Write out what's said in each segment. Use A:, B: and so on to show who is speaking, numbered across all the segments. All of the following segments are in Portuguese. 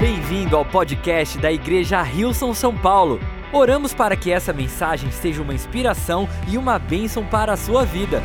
A: bem-vindo ao podcast da Igreja Rilson São Paulo. Oramos para que essa mensagem seja uma inspiração e uma bênção para a sua vida.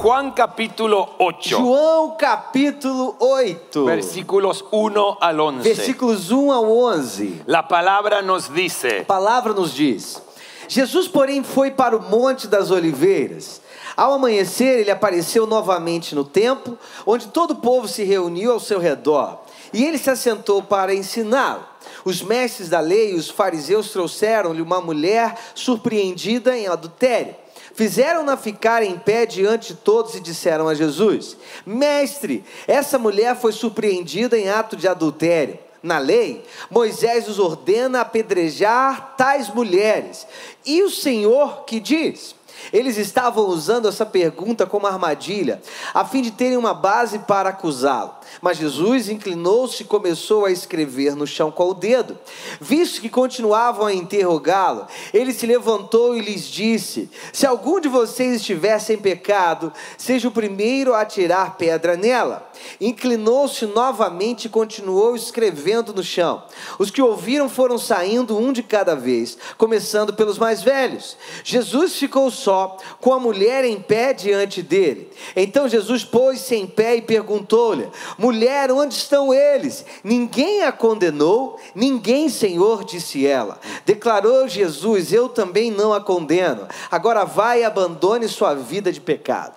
B: Juan capítulo 8,
C: João capítulo 8,
B: versículos 1 al 11.
C: versículos 1 ao 11.
B: La palabra nos
C: A
B: dice,
C: palavra nos diz: Jesus, porém, foi para o Monte das Oliveiras. Ao amanhecer, ele apareceu novamente no templo, onde todo o povo se reuniu ao seu redor. E ele se assentou para ensiná-lo. Os mestres da lei e os fariseus trouxeram-lhe uma mulher surpreendida em adultério. Fizeram-na ficar em pé diante de todos e disseram a Jesus: Mestre, essa mulher foi surpreendida em ato de adultério. Na lei, Moisés nos ordena apedrejar tais mulheres. E o Senhor que diz? Eles estavam usando essa pergunta como armadilha, a fim de terem uma base para acusá-lo. Mas Jesus inclinou-se e começou a escrever no chão com o dedo. Visto que continuavam a interrogá-lo, ele se levantou e lhes disse: Se algum de vocês estiver sem pecado, seja o primeiro a tirar pedra nela. Inclinou-se novamente e continuou escrevendo no chão. Os que ouviram foram saindo um de cada vez, começando pelos mais velhos. Jesus ficou só, com a mulher em pé diante dele. Então Jesus pôs-se em pé e perguntou-lhe: Mulher, onde estão eles? Ninguém a condenou, ninguém, Senhor, disse ela. Declarou Jesus: Eu também não a condeno. Agora vai e abandone sua vida de pecado.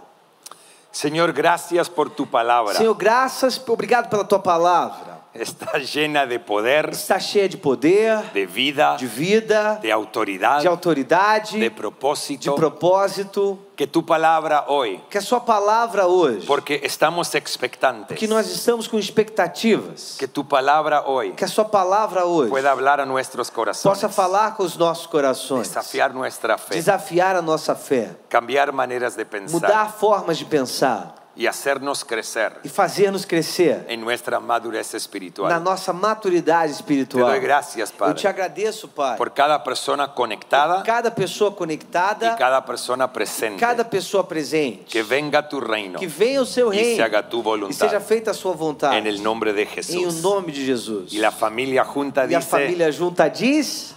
B: Señor, gracias por tu palabra.
C: Senhor, graças, obrigado pela tua palavra.
B: Está llena de poder,
C: está cheia de poder,
B: de vida,
C: de vida,
B: de autoridad,
C: de autoridade,
B: de
C: de
B: propósito.
C: propósito.
B: Que tu palabra hoy,
C: Que a sua palavra hoje,
B: porque estamos expectantes,
C: que nós estamos com expectativas,
B: que tu palabra hoy
C: que a sua palavra hoje
B: pueda hablar a nuestros corazones,
C: possa falar com os nossos corações,
B: desafiar nuestra fe,
C: desafiar a nossa fé,
B: cambiar maneras de pensar
C: mudar formas de pensar
B: y hacernos crecer
C: e fazer-nos crescer
B: en nuestra madurez
C: na
B: espiritual.
C: nossa maturidade
B: Te
C: espiritual.
B: doy gracias,
C: Eu te
B: Padre,
C: agradeço, Pai,
B: por cada persona
C: por
B: conectada
C: cada pessoa
B: y
C: conectada,
B: cada persona presente.
C: cada pessoa presente.
B: Que venga tu reino
C: Que venha o seu
B: y se
C: reino
B: haga tu
C: e seja
B: voluntad
C: feita a sua vontade.
B: en el nombre de
C: Em o
B: Jesús.
C: nome de Jesus.
B: Y la familia junta
C: E a
B: dice,
C: família junta diz: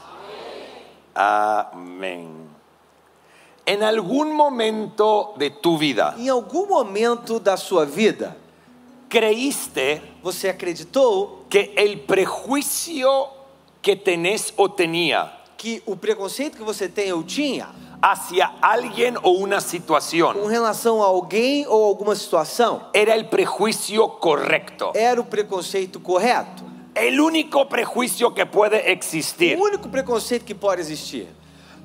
B: amén. En algún momento de tu vida,
C: em algum momento da sua vida,
B: creíste
C: você acreditou
B: que el prejuicio que tenés o tenía
C: que o preconceito que você tem ou tinha
B: hacia alguien o una situación
C: com relação a alguém ou alguma situação
B: era el prejuicio correcto.
C: era o preconceito correto?
B: El único prejuicio que puede existir.
C: O único preconceito que pode existir.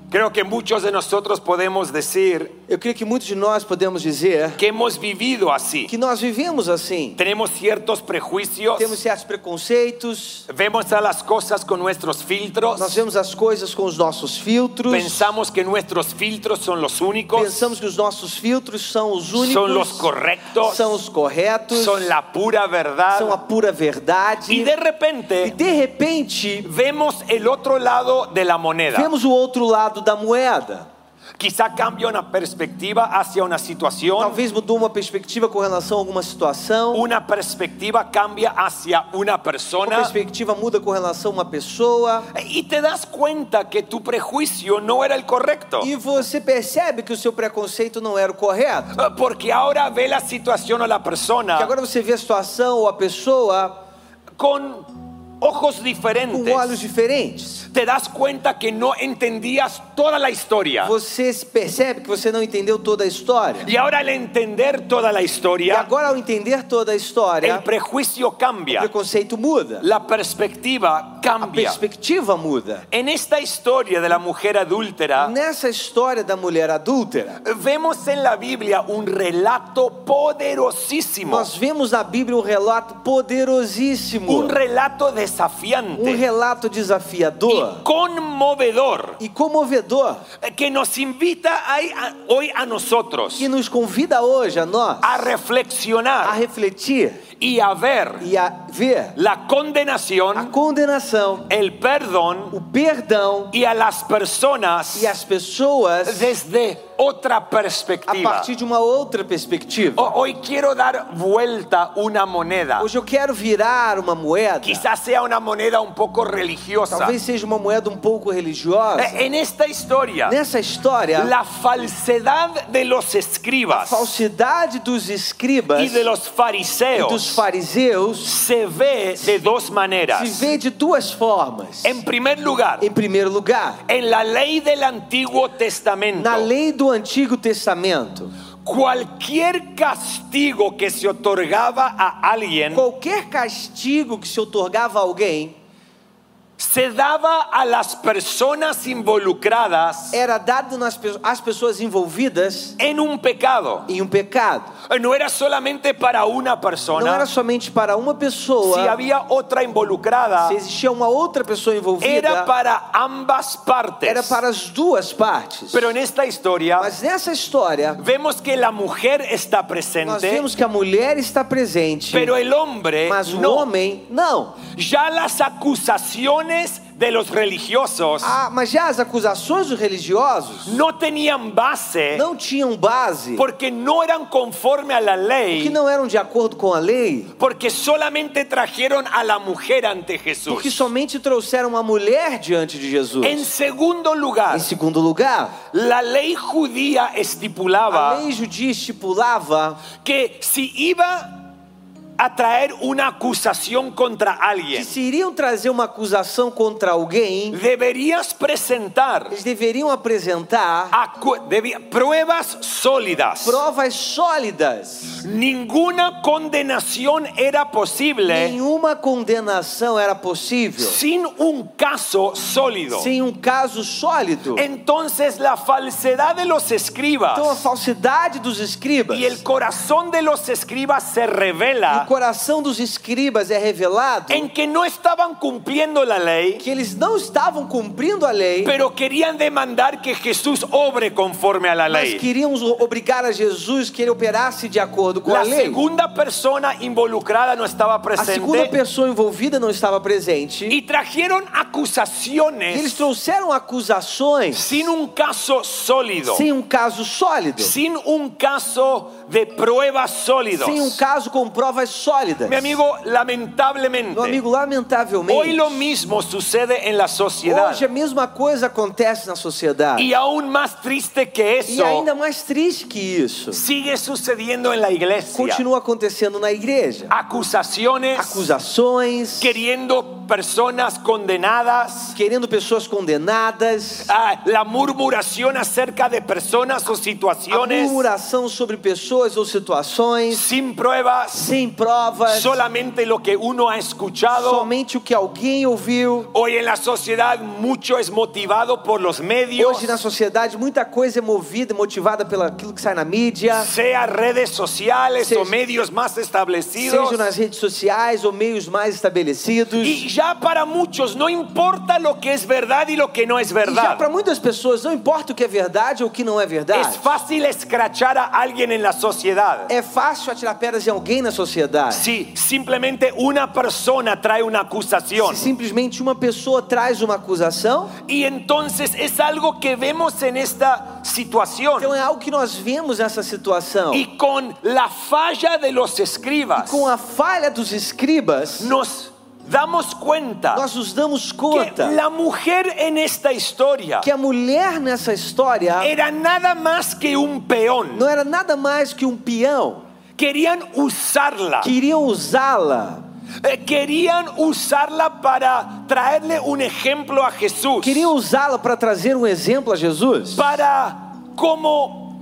B: Creo que muchos de nosotros podemos decir
C: Eu creio que muitos de nós podemos dizer
B: que hemos vivido así.
C: que nós vivemos assim.
B: Tenemos ciertos prejuicios,
C: Temos certos preconceitos,
B: vemos a las cosas con nuestros filtros,
C: nós vemos as coisas com os nossos filtros.
B: pensamos que nuestros filtros son los únicos,
C: Pensamos que os nossos filtros são os únicos,
B: son los correctos,
C: são os corretos,
B: son la pura verdad.
C: são a pura verdade.
B: Y de
C: E
B: repente
C: de repente,
B: vemos el otro lado de la moneda.
C: vemos o outro lado da moeda.
B: Quizá cambia una perspectiva hacia una situación,
C: Talvez mudou uma perspectiva com relação a alguma situação,
B: una perspectiva cambia hacia una
C: uma
B: persona.
C: perspectiva muda com relação a uma pessoa.
B: Y te das cuenta que tu prejuicio no era el correcto.
C: E você percebe que o seu preconceito não era o correto.
B: Ah, Porque ahora ve la situación o la persona
C: Que agora você vê a situação ou a pessoa
B: con ojos
C: com
B: diferentes.
C: olhos diferentes.
B: Te das cuenta que no entendías toda la historia.
C: Você se percebe que você não entendeu toda a história.
B: Y ahora al entender toda la
C: E
B: historia,
C: agora, ao entender toda a história,
B: el
C: o
B: prejuicio cambia.
C: preconceito muda.
B: La perspectiva
C: A
B: cambia.
C: perspectiva muda.
B: En esta historia de la mujer adúltera,
C: Nessa história da mulher adúltera,
B: vemos en la Biblia un relato poderosísimo,
C: Nós vemos na Bíblia um relato poderosísimo,
B: un
C: um,
B: relato desafiante
C: relato desafiador
B: y conmovedor eh,
C: e comovedor
B: que nos invita a- a- hoy a nosotros
C: que nos convida hoje a nós
B: a
C: a
B: reflexionar
C: refletir
B: y a ver
C: e a ver
B: la
C: a
B: condenación,
C: condenação,
B: el perdón
C: o perdão
B: y a las personas
C: e as pessoas
B: desde otra
C: a
B: perspectiva.
C: partir de uma outra perspectiva.
B: Ho- Hoy quiero dar vuelta una moneda.
C: Hoje eu quero virar uma moeda,
B: Quizás sea una moneda un poco religiosa.
C: talvez seja uma moeda um pouco religiosa.
B: Eh, En esta historia,
C: Nessa história,
B: la falsedad de los
C: a
B: escribas
C: falsidade dos
B: y
C: escribas
B: de los
C: e dos
B: fariseos
C: fariseus
B: se ve de dos
C: se
B: maneras.
C: vê de duas formas.
B: En primer lugar,
C: Em primeiro lugar,
B: en la ley del Antiguo
C: na
B: Testamento,
C: lei do Antigo Testamento,
B: Hum. cualquier castigo que se otorgaba a alguien
C: qualquer castigo que se otorgava a alguém
B: se daba a las personas involucradas
C: era dado nas pe- às pessoas envolvidas
B: en un pecado.
C: em um pecado.
B: No era solamente para una
C: Não era
B: persona.
C: somente para uma pessoa.
B: Si había otra involucrada,
C: Se existia uma outra pessoa envolvida,
B: era para ambas partes.
C: era para as duas partes.
B: Pero en esta historia
C: Mas nessa história,
B: vemos que la mujer está
C: nós
B: presente,
C: vemos que a mulher está presente,
B: pero el hombre
C: mas o
B: no.
C: homem não.
B: Ya las acusaciones de los religiosos
C: Ah, mas já as acusações dos religiosos
B: no tenían base
C: não tinham base,
B: porque no eran conforme a la
C: porque
B: ley,
C: não eram de acordo com a lei,
B: porque solamente trajeron a la mujer ante Jesús.
C: porque somente trouxeram a mulher diante de Jesus.
B: En segundo lugar,
C: Em segundo lugar,
B: la ley judía
C: a
B: estipulaba
C: lei judia estipulava
B: que si iba a traer una acusación contra
C: que
B: alguien,
C: se iriam trazer uma acusação contra alguém,
B: deberías presentar
C: eles deveriam apresentar
B: acu- debi- pruebas sólidas.
C: provas sólidas.
B: Ninguna condenación era posible
C: Nenhuma condenação era possível
B: sin un caso sólido.
C: sem um caso sólido.
B: Entonces la falsedad de los
C: Então a
B: escribas
C: falsidade dos escribas
B: y el corazón de los escribas se
C: e o
B: revela
C: coração dos escribas é revelado
B: en que no estaban cumpliendo la ley,
C: que eles não estavam cumprindo a lei,
B: pero querían demandar que Jesús obre conforme a la
C: mas
B: ley.
C: queriam obrigar a Jesus que ele operasse de acordo com a
B: La
C: lei.
B: segunda persona involucrada no estaba
C: A segunda
B: presente
C: pessoa envolvida não estava presente.
B: y trajeron
C: E eles
B: acusaciones
C: trouxeram acusações
B: sin un caso sólido,
C: sem um caso sólido,
B: sin un caso de pruebas sólidas.
C: sem um caso com provas sólidas.
B: Mi amigo,
C: Meu
B: lamentablemente,
C: amigo, lamentavelmente,
B: hoy lo mismo sucede en la sociedad
C: hoje a mesma coisa acontece na sociedade.
B: y aún más triste que
C: E
B: eso,
C: ainda mais triste que isso,
B: sigue sucediendo en la iglesia.
C: continua acontecendo na igreja.
B: Acusaciones,
C: Acusações,
B: queriendo personas condenadas,
C: querendo pessoas condenadas,
B: Ah, la murmuración acerca de personas o
C: a
B: situaciones
C: murmuração sobre pessoas ou situações,
B: sin pruebas,
C: sem provas,
B: solamente lo que uno ha escuchado.
C: somente o que alguém ouviu.
B: Hoy en la sociedad mucho es motivado por los medios,
C: Hoje na sociedade muita coisa é movida, e motivada pelo aquilo que sai na mídia,
B: sea redes sociales
C: Seja-
B: o medios más establecidos.
C: seja nas redes sociais ou meios mais estabelecidos.
B: Y ya para muchos no importa lo que es verdad y lo que no es
C: E já
B: verdad.
C: para muitas pessoas, não importa o que é verdade ou o que não é verdade.
B: Es fácil escrachar a alguien en la sociedad.
C: É fácil atirar pedras em alguém na sociedade.
B: Si simplemente una persona trae una acusación.
C: Se simplesmente uma pessoa traz uma acusação,
B: Y entonces es algo que vemos en esta
C: então
B: situación.
C: é algo que nós vemos nessa situação.
B: Y con la falla de los
C: E
B: escribas,
C: com a falha dos escribas,
B: nos damos cuenta
C: nós nos damos
B: que
C: conta
B: la mujer en esta historia
C: que a mulher nessa história
B: era nada más que un peón.
C: não era nada mais que um peão.
B: Querían usarla.
C: Queriam usá-la,
B: Eh, Querían usarla para traerle un ejemplo a Jesús.
C: queriam usá-la para trazer um exemplo a Jesus,
B: Para como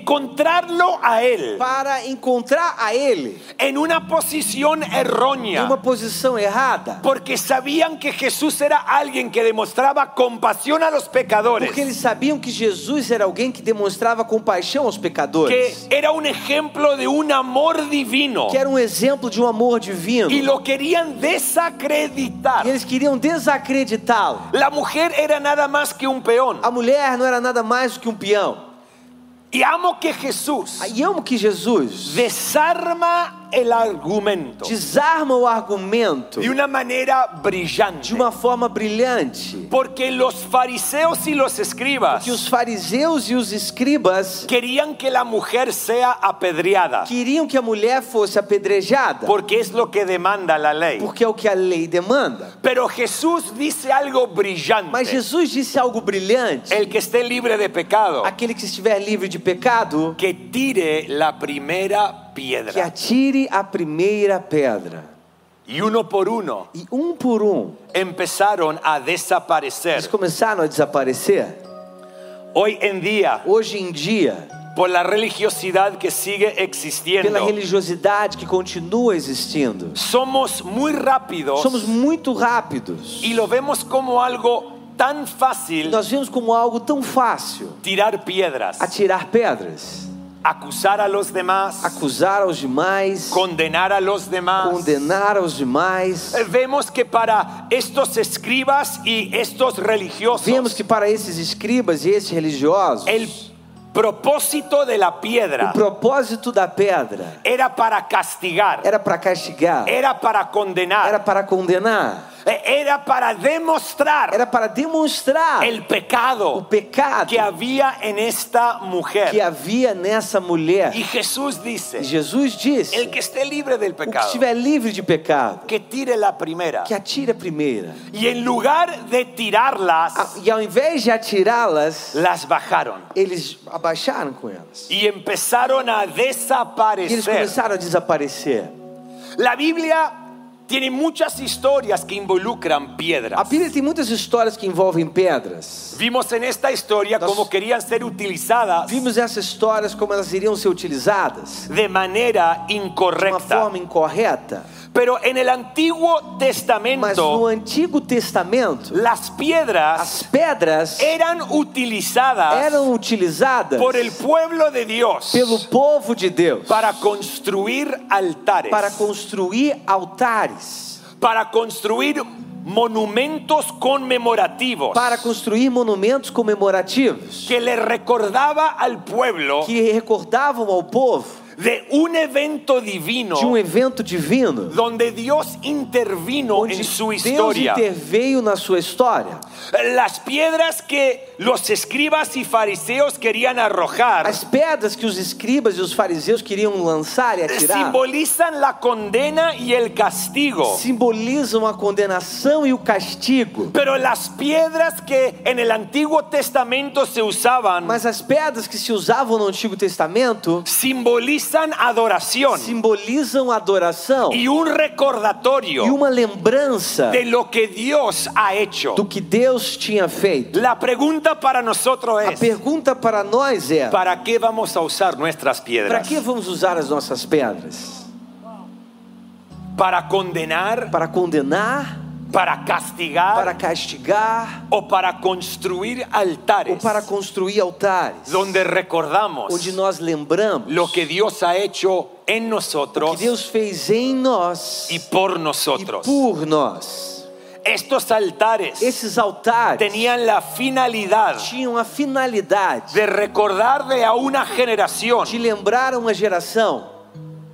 B: encontrarlo a él
C: para encontrar a ele
B: en una posición
C: em
B: errónea.
C: uma posição errada.
B: Porque sabían que Jesús era alguien que demostraba compasión a los pecadores.
C: Porque eles sabiam que Jesus era alguém que demonstrava compaixão aos
B: Que
C: pecadores,
B: era un ejemplo de un amor divino.
C: que era um exemplo de um amor divino.
B: Y
C: E
B: lo querían desacreditar.
C: eles queriam desacreditá-lo.
B: La mujer era nada más que un peón.
C: A mulher não era nada mais do que um peão.
B: Y amo que Jesús
C: E amo que Jesus
B: desarma el argumento
C: desarma o argumento
B: de una manera brillante.
C: de uma forma brilhante.
B: Porque los fariseos y los escribas
C: Que os fariseus e os escribas
B: querían que la mujer sea apedreada.
C: queriam que a mulher fosse apedrejada,
B: Porque es lo que demanda la ley.
C: porque é o que a lei demanda.
B: Pero Jesús dice algo
C: Mas
B: brillante.
C: Jesus disse algo brilhante:
B: El que esté libre de pecado,
C: aquele que estiver livre de pecado,
B: que tire la primera
C: que
B: piedra.
C: atire a primeira pedra.
B: Y uno por uno
C: E um por um,
B: empezaron a
C: eles
B: desaparecer.
C: começaram a desaparecer.
B: Hoy en día,
C: Hoje em dia,
B: por la religiosidad que sigue
C: pela
B: existiendo,
C: religiosidade que continua existindo,
B: somos muy rápidos
C: somos muito rápidos.
B: y lo vemos como algo tan fácil
C: Nós vemos como algo tão fácil
B: tirar piedras,
C: atirar pedras,
B: acusar a los demás,
C: acusar aos demais,
B: condenar a los demás.
C: condenar aos demais.
B: Eh, Vemos que para estos escribas y estos religiosos,
C: Vemos que para esses escribas e esses religiosos,
B: el propósito de la
C: o
B: piedra
C: propósito da pedra
B: era para castigar,
C: era para castigar,
B: era para
C: era
B: condenar,
C: para condenar,
B: eh, era para demostrar
C: era para demonstrar
B: el
C: o
B: pecado
C: pecado
B: que había en esta
C: que
B: mujer.
C: havia nessa mulher.
B: Y Jesús dice,
C: E Jesus disse:
B: el que esté libre del
C: o que
B: pecado,
C: estiver livre de pecado,
B: que tire la primera.
C: que atire a primeira.
B: Y en lugar de
C: A-
B: tirarlas,
C: E ao invés de atirá-las,
B: las bajaron.
C: eles abaixaram com elas.
B: Y empezaron a
C: E eles
B: desaparecer.
C: começaram a desaparecer.
B: La Biblia tiene muchas historias que involucran
C: A
B: piedras.
C: Bíblia tem muitas histórias que envolvem pedras.
B: Vimos en esta historia
C: Nos-
B: cómo querían ser utilizadas
C: Vimos essas histórias como elas iriam ser utilizadas
B: de manera
C: de uma
B: incorrecta.
C: forma incorreta.
B: Pero en el Antiguo
C: Mas no
B: Testamento,
C: Antigo Testamento,
B: las
C: as
B: piedras
C: pedras
B: eran utilizadas
C: eram utilizadas
B: por el pueblo de Dios
C: pelo povo de Deus
B: para construir altares,
C: para construir altares,
B: para construir monumentos conmemorativos
C: para construir monumentos comemorativos
B: que le recordaba al pueblo
C: que recordavam ao povo
B: de un evento divino
C: de um evento divino
B: donde Dios intervino
C: onde
B: en su
C: Deus
B: historia.
C: interveio na sua história.
B: Las piedras que los escribas y fariseos querían arrojar
C: As pedras que os escribas e os fariseus queriam lançar e atirar
B: simbolizan la condena y el castigo.
C: simbolizam a condenação e o castigo.
B: Pero las piedras que en el Antiguo Testamento se usaban
C: Mas as pedras que se usavam no Antigo Testamento
B: simbolizan adoración
C: simbolizam a adoração
B: y un recordatorio
C: e uma lembrança
B: de lo que Dios ha hecho.
C: do que Deus tinha feito.
B: La pregunta para nosotros
C: A
B: es,
C: pergunta para nós é:
B: ¿Para qué vamos a usar nuestras
C: para
B: piedras?
C: que vamos usar as nossas pedras?
B: ¿Para condenar?
C: Para condenar,
B: ¿Para castigar?
C: para castigar
B: ¿O para construir
C: ou
B: altares?
C: para construir altares?
B: Donde recordamos
C: Onde nós lembramos
B: lo que Dios ha hecho en
C: o que
B: nosotros
C: Deus fez em nós
B: y por
C: e
B: nosotros.
C: por nós.
B: Estos altares
C: Esses altares
B: tenían la finalidad
C: tinham a finalidade
B: de recordarle a una generación
C: de lembrar a uma geração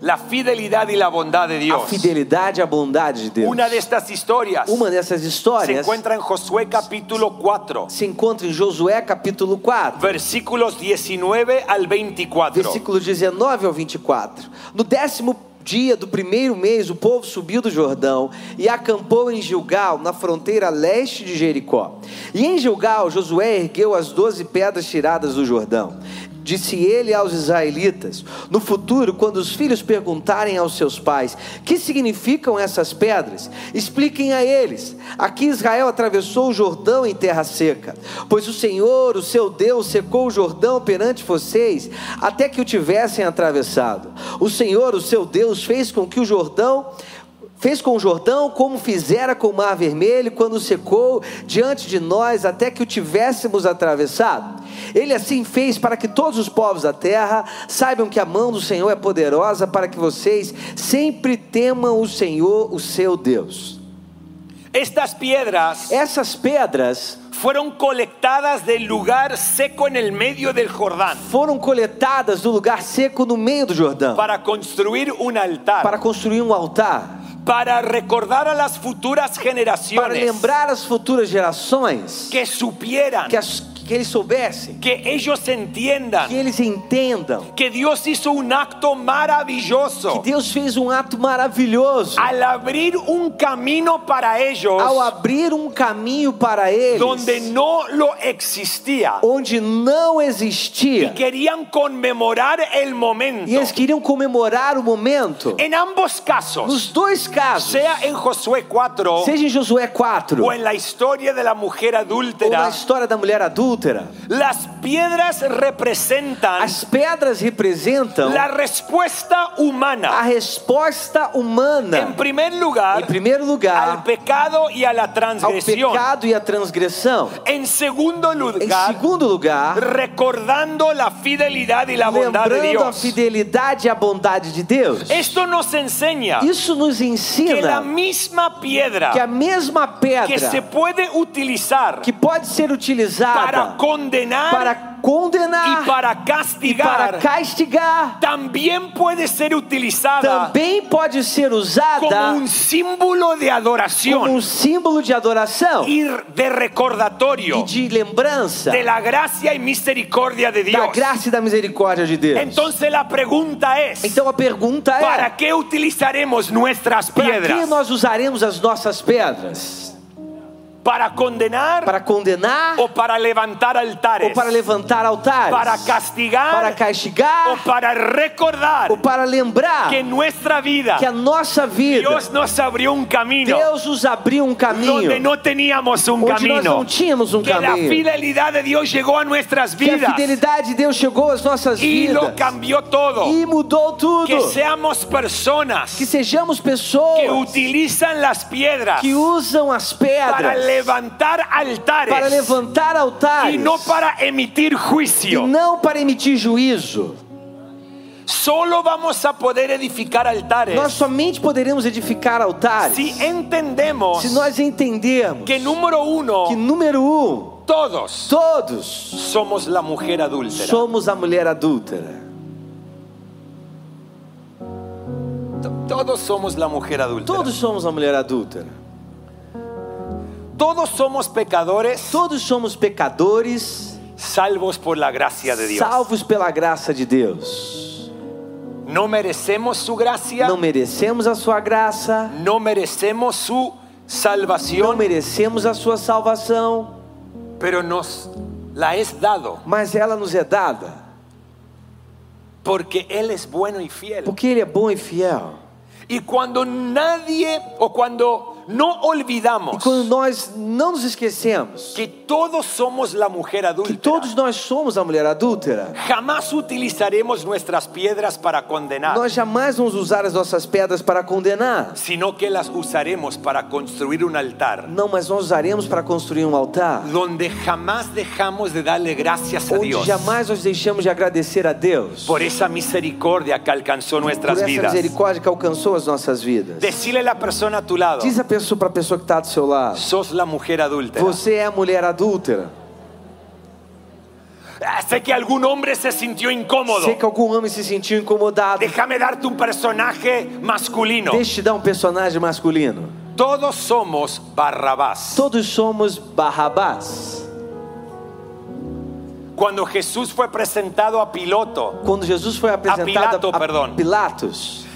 B: la fidelidad y la bondad de
C: a
B: Dios.
C: fidelidade e a bondade de Deus.
B: Una de estas historias
C: Uma dessas
B: se
C: histórias
B: encuentra en Josué capítulo 4.
C: se encontra em Josué capítulo 4,
B: versículos 19 al 24.
C: versículo 19 ao 24. No décimo dia do primeiro mês, o povo subiu do Jordão e acampou em Gilgal, na fronteira leste de Jericó. E em Gilgal, Josué ergueu as doze pedras tiradas do Jordão. Disse ele aos israelitas: No futuro, quando os filhos perguntarem aos seus pais que significam essas pedras, expliquem a eles: aqui Israel atravessou o Jordão em terra seca, pois o Senhor, o seu Deus, secou o Jordão perante vocês até que o tivessem atravessado. O Senhor, o seu Deus, fez com que o Jordão Fez com o Jordão como fizera com o Mar Vermelho, quando secou diante de nós até que o tivéssemos atravessado. Ele assim fez para que todos os povos da terra saibam que a mão do Senhor é poderosa, para que vocês sempre temam o Senhor, o seu Deus.
B: Estas piedras
C: Eh. Essas pedras
B: fueron colectadas del lugar seco en el medio del Jordán
C: foram coletadas do lugar seco no meio do Jordão
B: para construir un altar, para,
C: para construir um altar,
B: recordar a las futuras
C: para
B: generaciones
C: lembrar as futuras gerações
B: que supieran,
C: que,
B: que,
C: as- que eles soubessem,
B: ellos entiendan
C: que eles entendam
B: que Dios hizo un acto
C: que
B: maravilloso
C: Deus fez um ato maravilhoso
B: al abrir un camino para ellos
C: ao abrir um caminho para eles
B: donde no lo existía
C: onde não
B: y
C: existia.
B: querían conmemorar el
C: E
B: momento.
C: eles queriam comemorar o momento.
B: En ambos
C: Nos
B: casos,
C: dois casos,
B: sea en Josué 4
C: seja em Josué 4
B: o
C: ou
B: en la historia de la mujer
C: na
B: adúltera,
C: história da mulher adúltera,
B: las piedras representan
C: as pedras representam
B: la respuesta
C: a
B: humana.
C: resposta humana,
B: En primer lugar,
C: em primeiro
B: al
C: lugar,
B: pecado y a la
C: ao
B: transgresión.
C: pecado e à transgressão.
B: En segundo
C: Em
B: lugar,
C: segundo lugar,
B: recordando la fidelidad y la bondad de
C: lembrando a
B: Dios.
C: fidelidade e a bondade de Deus.
B: Esto nos enseña
C: Isso nos
B: que la
C: ensina
B: misma piedra
C: que a mesma
B: que se
C: pedra
B: puede utilizar
C: que pode ser
B: para
C: utilizada
B: condenar
C: para condenar
B: y para
C: para
B: castigar
C: castigar
B: también puede ser utilizada
C: também pode ser
B: como um un
C: usada
B: símbolo de
C: como um
B: adoración
C: símbolo de adoração
B: y de
C: e
B: recordatorio
C: de lembrança
B: de la gracia y misericordia de
C: da
B: Dios.
C: graça e da misericórdia de Deus.
B: Entonces la pregunta es,
C: Então a pergunta é:
B: Então, ¿para qué utilizaremos nuestras
C: para que
B: piedras?
C: nós usaremos as nossas pedras?
B: ¿Para condenar
C: Para condenar
B: o para levantar
C: ou
B: altares?
C: para levantar altares?
B: ¿Para
C: Para
B: castigar o
C: castigar
B: para recordar
C: ou para lembrar
B: que en nuestra vida
C: que a nossa vida
B: Dios nos abrió un camino
C: Deus nos abriu um caminho
B: donde no teníamos un
C: onde nós
B: camino.
C: não tínhamos um
B: um que la
C: caminho.
B: fidelidad de Dios llegó a nuestras
C: Que a
B: vidas
C: fidelidade de Deus chegou às nossas
B: y
C: vidas
B: lo cambiou todo.
C: e mudou tudo.
B: Que seamos personas
C: Que sejamos
B: que
C: pessoas
B: utilizan las piedras
C: que usam as
B: para
C: pedras
B: levantar altares
C: para levantar altares
B: y no para emitir
C: e
B: juicio.
C: não para emitir juízo.
B: Solo vamos a poder edificar altares
C: Nós somente poderemos edificar altares
B: si entendemos
C: se nós entendermos
B: que número uno,
C: que, número um,
B: todos
C: todos
B: somos la mujer adúltera.
C: somos a mulher adúltera.
B: To- Todos somos la mujer adúltera.
C: Todos somos a mulher adúltera.
B: Todos somos pecadores
C: Todos somos pecadores,
B: salvos por la gracia de Dios.
C: salvos pela graça de Deus.
B: No merecemos su gracia,
C: Não
B: no,
C: merecemos a sua graça,
B: merecemos su
C: não
B: salvación,
C: merecemos a sua salvação,
B: pero nos la es dado
C: mas ela nos é dada.
B: porque Él es bueno y fiel.
C: Porque Ele é bom e fiel.
B: Y cuando nadie o cuando no
C: E
B: olvidamos
C: quando nós não nos esquecemos
B: que todos somos la mujer
C: que
B: adulta,
C: todos nós somos a mulher adúltera,
B: jamás utilizaremos nuestras piedras para condenar,
C: nós jamais vamos usar as nossas pedras para condenar.
B: sino que las usaremos para construir un altar.
C: Não, mas nós usaremos para construir um altar
B: donde jamás dejamos de darle gracias a
C: onde
B: Dios
C: jamais nós deixamos de agradecer a Deus
B: por esa misericordia que alcanzó
C: por
B: nuestras
C: essa
B: vidas.
C: misericórdia que alcançou as nossas vidas.
B: Decirle a la persona a tu lado,
C: Diz a pessoa para a pessoa que está do seu lado:
B: sos la mujer adúltera.
C: Você é a mulher adúltera.
B: Ah, Sé que algún hombre se sintió incómodo.
C: Sei que algum homem se sentiu incomodado.
B: Déjame darte un personaje masculino.
C: Deixa eu te dar um personagem masculino.
B: Todos somos Barrabás.
C: Todos somos Barrabás.
B: Cuando Jesús fue presentado a Piloto,
C: Quando Jesus foi apresentado
B: Pilato, perdão.
C: Pilatos,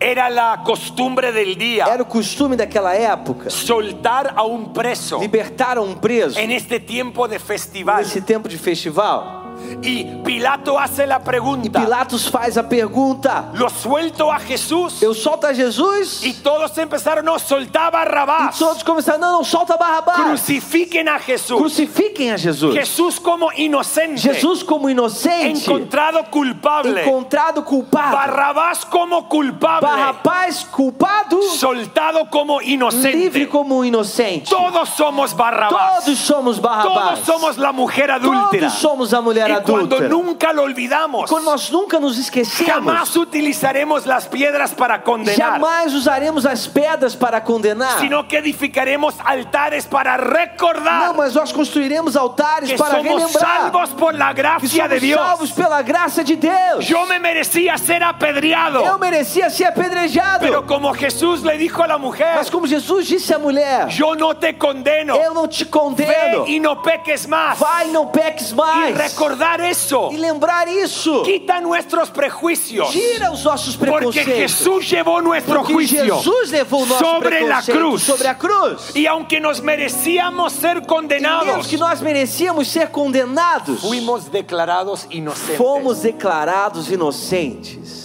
B: era la costumbre del día
C: era o costume daquela época
B: soltar a un preso
C: libertar um preso
B: en este tiempo de festival.
C: nesse tempo de festival.
B: Y Pilato hace la
C: E
B: pregunta.
C: Pilatos faz a pergunta:
B: Lo suelto a Jesús.
C: Eu solto a Jesus?
B: Y todos empezaron, no, soltaba a Barrabás.
C: E todos começaram: Não, não, solta Barrabás.
B: Crucifiquen a Jesús.
C: Crucifiquem a Jesus.
B: Jesús como inocente.
C: Jesus como inocente,
B: encontrado culpable.
C: encontrado culpado.
B: Barrabás como culpable.
C: Barrabás culpado,
B: Soltado como inocente.
C: livre como um inocente.
B: Todos somos Barrabás.
C: Todos somos Barrabás.
B: Todos somos la mujer adúltera.
C: Todos somos a
B: y
C: mulher mulher
B: Y cuando
C: adulta.
B: nunca lo olvidamos,
C: Quando nós nunca nos
B: jamás
C: esquecemos,
B: utilizaremos las piedras para condenar,
C: jamais usaremos as pedras para condenar.
B: sino que edificaremos altares para recordar
C: Não, mas nós construiremos altares
B: que
C: pues, para
B: somos
C: relembrar
B: salvos por la
C: que
B: gracia de
C: somos
B: Dios.
C: salvos pela graça de Deus.
B: Yo me merecía ser
C: Eu
B: apedreado,
C: merecia ser apedrejado,
B: pero como Jesús le dijo a la mujer,
C: mas como Jesus disse à mulher,
B: yo no te condeno,
C: eu não te
B: ve
C: condeno.
B: y no peques más.
C: Vai, não peques
B: Y
C: mais.
B: recordar eso
C: E lembrar isso.
B: quita nuestros prejuicios.
C: Tira os nossos
B: Porque
C: preconceitos.
B: Jesús llevou nuestro
C: Porque
B: juicio
C: Jesus levou o nosso
B: sobre la
C: preconceito
B: cruz.
C: sobre a cruz.
B: Y aunque nos merecíamos ser
C: Entendemos
B: condenados,
C: que nós merecíamos ser condenados.
B: fuimos declarados inocentes.
C: Fomos declarados inocentes.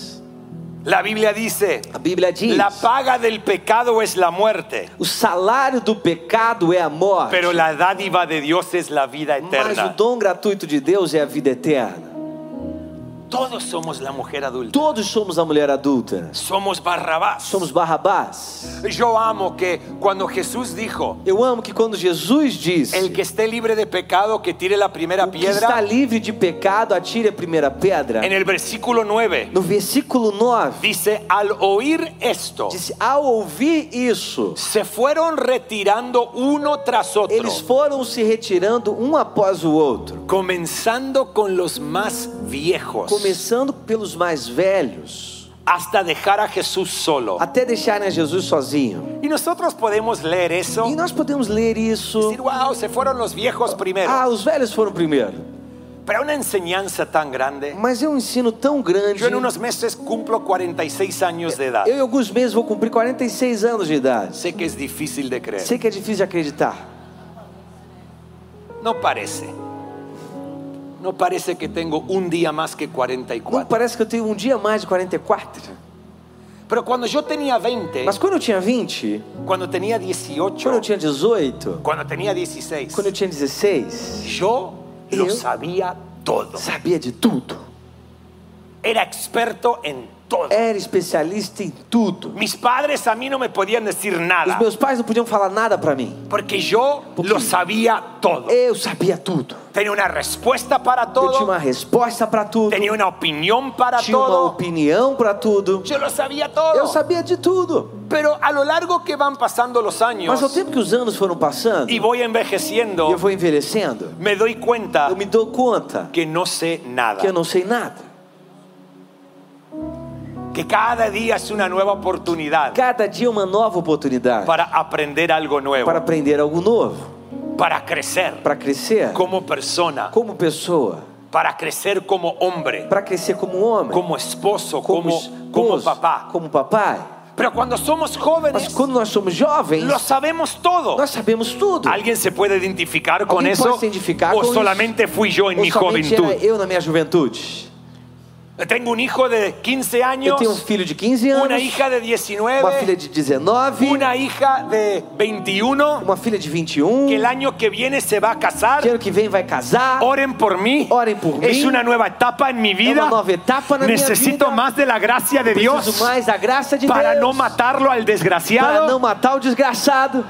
B: La Biblia dice,
C: A Bíblia diz:
B: la paga del pecado es la muerte,
C: o salário do pecado é a morte,
B: pero la dádiva de Dios es la vida
C: mas o
B: eterna.
C: dom gratuito de Deus é a vida eterna.
B: Todos somos la mujer adulta.
C: Todos somos a mulher adulta.
B: Somos Barrabás.
C: Somos Barrabás.
B: Yo amo que cuando Jesús dijo,
C: Eu amo que quando Jesus diz
B: el que esté libre de pecado que tire la primera
C: que está
B: piedra,
C: livre de pecado, atire a primeira pedra.
B: en el versículo 9
C: No versículo 9,
B: dice, al oír esto,
C: disse: Ao ouvir isso,
B: se fueron retirando uno tras otro,
C: eles foram se retirando um após o outro,
B: comenzando con los más viejos,
C: começando pelos mais velhos,
B: hasta dejar a Jesús solo.
C: até deixarem a Jesus sozinho.
B: Y nosotros podemos leer eso
C: E
B: y
C: nós podemos ler isso.
B: decir, wow, se fueron los viejos primero.
C: Ah, os velhos foram primeiro.
B: Pero una enseñanza tan grande.
C: Mas é um ensino tão grande.
B: Yo en unos meses cumplo 46 años de edad.
C: Eu em alguns meses vou cumprir 46 anos de idade.
B: Sé que es difícil de creer.
C: Sei que é difícil de acreditar.
B: No parece. No parece que tengo un día más que
C: Não
B: 44.
C: parece que eu tenho um dia a mais de 44.
B: Pero cuando yo tenía 20,
C: Mas quando eu tinha 20,
B: cuando tenía
C: quando eu
B: 18,
C: tinha 18,
B: cuando tenía 16,
C: quando eu tinha 16,
B: yo lo
C: Eu-
B: sabía todo.
C: sabia de tudo.
B: Era experto en todo.
C: Era especialista em tudo.
B: Mis padres a mí no me podían decir
C: Os
B: nada
C: meus pais não podiam falar nada pra mim.
B: porque yo
C: Porque-
B: lo sabía todo.
C: Eu sabia tudo.
B: Tenía una respuesta para
C: Eu tinha
B: todo,
C: uma resposta pra tudo.
B: tenía una opinión para
C: Tinha uma
B: todo.
C: opinião pra tudo.
B: Yo lo sabía
C: Eu
B: todo.
C: sabia de tudo.
B: Pero a lo largo que van pasando los
C: Mas ao
B: años
C: tempo que os anos foram passando,
B: y
C: e
B: voy envejeciendo,
C: eu vou envelhecendo,
B: me doy cuenta
C: eu me dou conta
B: que no sé nada.
C: que eu não sei nada.
B: Que cada día es una nueva oportunidad
C: Cada dia é uma nova oportunidade
B: para aprender algo nuevo,
C: para
B: para,
C: aprender algo novo,
B: crecer
C: para crescer
B: como persona,
C: como pessoa,
B: para crecer como hombre,
C: para crescer como homem,
B: como esposo, como,
C: esposo,
B: como papá.
C: como papai.
B: Pero cuando somos
C: Mas
B: jóvenes,
C: quando nós somos jovens,
B: lo sabemos todo.
C: nós sabemos tudo.
B: ¿Alguien se puede identificar con
C: Alguém
B: eso?
C: pode se identificar
B: ¿O
C: com isso?
B: solamente fui yo en
C: Ou
B: mi
C: somente
B: juventud?
C: era eu na minha juventude.
B: Tengo un hijo de 15
C: Eu tenho um
B: años,
C: filho de 15 anos,
B: una hija de
C: uma filha
B: 19,
C: de 19,
B: una hija de 21,
C: uma filha de 21.
B: que Oh, el año que viene se va a
C: Que
B: casar.
C: ano que vem vai casar.
B: Oren por mí.
C: Oren por
B: es
C: mí.
B: una nueva etapa en mi
C: É
B: vida.
C: uma nova etapa na
B: Necesito
C: minha vida.
B: más de la gracia de
C: Preciso
B: Dios
C: mais da graça de
B: para
C: Deus.
B: no matarlo al
C: para
B: desgraciado.
C: não matar o desgraçado.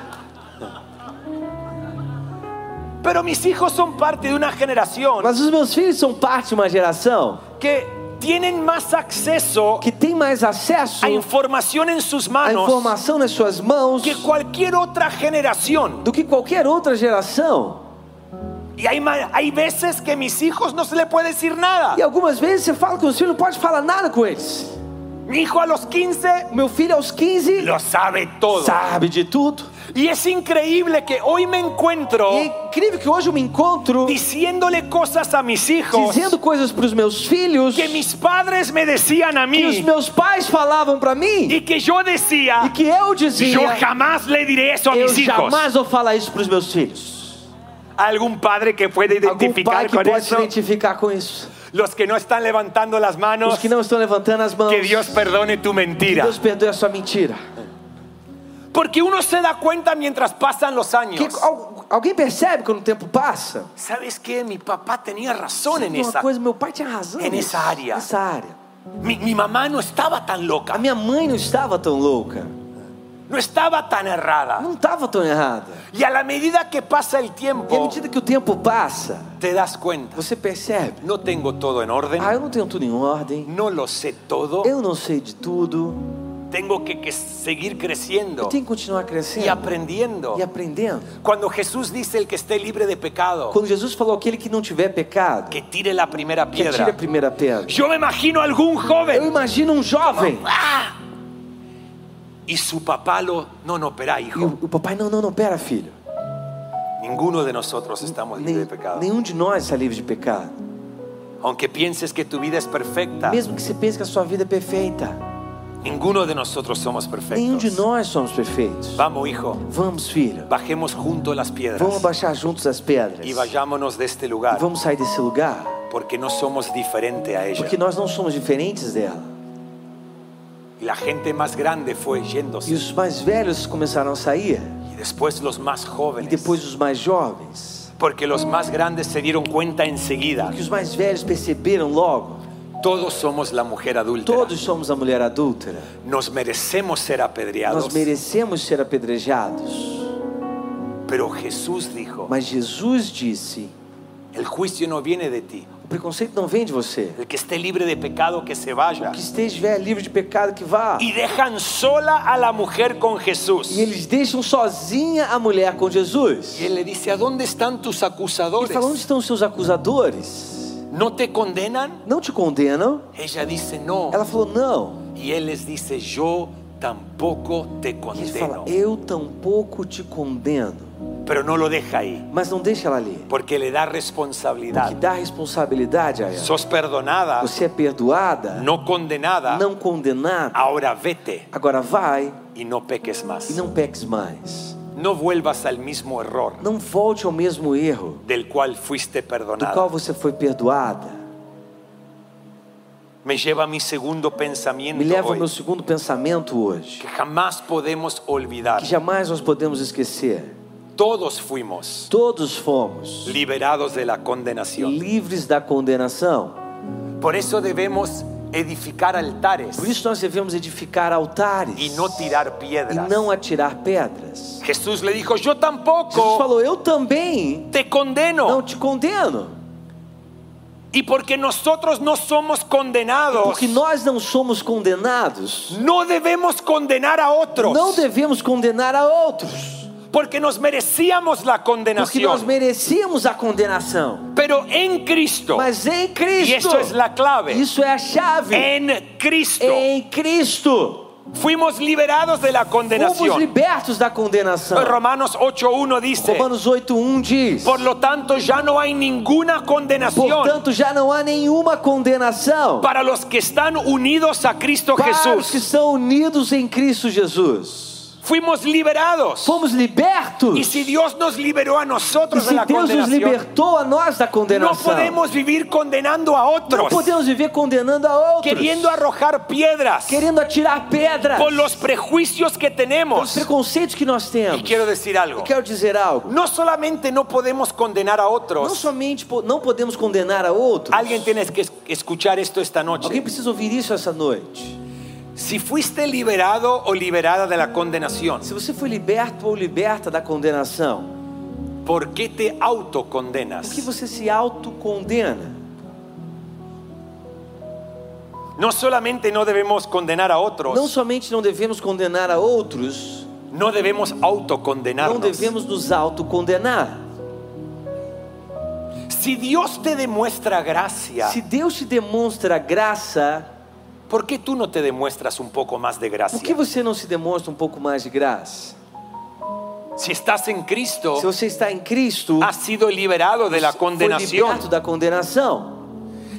B: Pero mis hijos son parte de una generación
C: Mas os meus filhos são parte de uma geração
B: que tienen más acceso
C: que tem mais acesso
B: a información en sus
C: à
B: manos
C: informação nas suas mãos
B: que cualquier otra generación.
C: do que qualquer outra geração.
B: Y hay, ma- hay veces que mis hijos no se le puede decir nada.
C: E algumas vezes você fala que os filhos não pode falar nada com eles.
B: Mi hijo a los 15
C: O meu filho aos 15
B: lo sabe todo.
C: sabe de tudo.
B: Y es increíble que hoy me encuentro
C: E é incrível que hoje eu me encontro
B: diciéndole cosas a mis hijos
C: dizendo coisas para os meus filhos
B: que mis padres me decían a
C: que os
B: mí
C: meus pais falavam para mim
B: y que yo
C: e
B: decía,
C: que eu dizia.
B: yo jamás le diré eso a
C: Eu
B: mis hijos.
C: jamais vou falar isso para os meus filhos.
B: ¿Algún padre que pueda
C: Algum pai
B: identificar
C: que
B: con
C: pode se
B: eso?
C: identificar com isso.
B: Los que no están levantando las
C: Os
B: manos,
C: que não estão levantando as mãos.
B: que Dios perdone tu mentira.
C: Deus perdoe a sua mentira.
B: Porque uno se da cuenta mientras pasan los
C: Que
B: años.
C: al- alguém percebe quando o tempo passa? é
B: ¿Sabes qué? Mi papá tenía razón en
C: Uma
B: esa.
C: coisa, meu pai tinha razão.
B: en esa É área.
C: Nessa área.
B: Mi, mi mamá no estaba tan
C: A
B: loca.
C: minha mãe não estava tão louca.
B: no estaba tan errada.
C: Ah, Não estava tão errada.
B: Y a la medida que pasa el
C: E à
B: tiempo,
C: medida que o tempo passa,
B: te das cuenta,
C: você percebe.
B: no tengo todo en orden,
C: Ah, eu não tenho tudo em ordem.
B: no lo sé todo,
C: Eu não sei de tudo.
B: tengo que, que seguir
C: Eu
B: creciendo
C: tenho que continuar
B: y
C: crescendo
B: aprendiendo.
C: e aprendendo.
B: Cuando Jesús dice el que esté libre de pecado,
C: Quando Jesus falou aquele que não tiver pecado,
B: que tire la primera
C: que atire a
B: piedra.
C: primeira pedra.
B: Yo me imagino a algún
C: Eu
B: joven
C: imagino um jovem.
B: ¡ah! y su papá lo no no espera
C: E
B: hijo.
C: o, o papai, não, não, não, pera, filho.
B: Ninguno de nosotros estamos libres de
C: Nem-
B: pecado.
C: nenhum de nós está livre de pecado.
B: Aunque pienses que tu vida es perfecta,
C: Mesmo que você pense que a sua vida é perfeita,
B: ninguno de nosotros somos
C: nenhum de
B: perfectos.
C: nós somos perfeitos.
B: Vamos hijo,
C: Vamos, filho.
B: bajemos juntos las piedras
C: Vamos abaixar juntos as pedras.
B: y
C: E
B: vayámonos de este lugar
C: vamos sair desse lugar.
B: porque no somos diferente a ella.
C: Porque nós não somos diferentes dela.
B: Y la gente más grande fue
C: E
B: yéndose
C: os mais velhos começaram a sair.
B: y después los más
C: E
B: jóvenes.
C: depois os mais jovens.
B: Porque los más grandes se dieron cuenta enseguida.
C: Porque os mais velhos perceberam logo.
B: Todos somos la mujer adulta.
C: Todos somos a mulher adúltera.
B: Nos merecemos ser apedreados.
C: Nós merecemos ser apedrejados.
B: Pero Jesús dijo,
C: Mas Jesus disse:
B: el juicio no viene de ti.
C: o preconceito não vem de você.
B: El que esté libre de pecado, que se vaya.
C: Que esteja livre de pecado, que vá.
B: Y dejan sola a la mujer con Jesús.
C: E eles deixam sozinha a mulher com Jesus.
B: Y él le dice, ¿a dónde están tus
C: Ele
B: acusadores?
C: fala: onde estão os seus acusadores?
B: ¿No te condenan?
C: Não te condenam?
B: Ela dice, no.
C: Ela falou: não.
B: Y él les dice, yo tampoco te
C: E ele
B: condeno.
C: fala: eu tampouco te condeno.
B: Pero no lo deja ahí,
C: Mas não deixa ela ali.
B: porque le da
C: Que
B: responsabilidad.
C: dá responsabilidade a ela.
B: Sos perdonada,
C: Você é perdoada,
B: Pues, no condenada.
C: não condenada.
B: Ahora vete
C: Agora vai
B: y no peques
C: e
B: más.
C: não peques mais.
B: No vuelvas al mismo error
C: Não volte ao mesmo erro
B: del cual fuiste
C: do qual
B: perdonado.
C: você foi perdoada.
B: Me lleva a mi segundo
C: Me
B: pensamiento
C: leva ao
B: hoy,
C: meu segundo pensamento hoje,
B: que jamás podemos olvidar.
C: que jamais nós podemos esquecer.
B: Todos fuimos
C: Todos fomos
B: liberados de la condenación.
C: livres da condenação.
B: Por eso debemos edificar altares
C: Por isso nós devemos edificar altares
B: y no tirar
C: e
B: piedras.
C: não atirar pedras.
B: Jesús le dijo, yo
C: Jesus
B: tampoco
C: falou: Eu também
B: te
C: não
B: condeno.
C: te condeno.
B: Y porque nosotros no somos condenados,
C: Porque nós não somos condenados,
B: no debemos condenar a
C: não
B: otros.
C: devemos condenar a outros.
B: Porque nos merecíamos la
C: Porque nós
B: condenación.
C: merecíamos a condenação.
B: Pero en Cristo,
C: Mas em
B: y
C: Cristo,
B: esto es la clave,
C: isso é a chave.
B: en Cristo
C: Em Cristo,
B: fuimos liberados de la
C: fomos
B: condenación.
C: libertos da condenação.
B: Romanos 8.1 dice,
C: Romanos 8:1 diz:
B: por lo tanto ya no hay ninguna condenación
C: Portanto, já não há nenhuma condenação
B: para los que están unidos a Cristo
C: para os que
B: Jesús.
C: são unidos em Cristo Jesus.
B: Fuimos liberados.
C: Fomos libertos.
B: Y
C: E
B: si
C: se
B: Dios nos liberó a nosotros de la
C: Deus nos
B: condenación,
C: libertou a nós da
B: no
C: condenação,
B: podemos vivir condenando a
C: não
B: otros,
C: podemos viver condenando a outros,
B: queriendo arrojar piedras
C: querendo atirar pedras
B: por los prejuicios que
C: pelos
B: tenemos.
C: preconceitos que nós temos.
B: Y quiero decir algo.
C: Eu quero dizer algo.
B: No solamente no podemos condenar a
C: Não
B: otros.
C: somente po- não podemos condenar a outros.
B: Alguien tiene que es- escuchar esto esta
C: Alguém
B: noche.
C: precisa ouvir isso essa noite.
B: Si fuiste liberado o liberada de la condenación,
C: Se você foi liberto ou liberta da condenação,
B: ¿por qué te
C: por que
B: autocondenas?
C: você se autocondena?
B: No solamente no debemos condenar a
C: Não
B: otros,
C: somente não devemos condenar a outros,
B: no debemos
C: não
B: autocondenarnos.
C: devemos nos autocondenar.
B: Si Dios te demuestra gracia,
C: Se Deus te demonstra graça,
B: ¿por qué tú no te demuestras un poco más de
C: por que
B: gracia?
C: você não se demonstra um pouco mais de graça?
B: Si estás en
C: Se
B: Cristo,
C: você está em Cristo,
B: has sido liberado de la
C: Ah, foi liberto
B: condenación.
C: da condenação.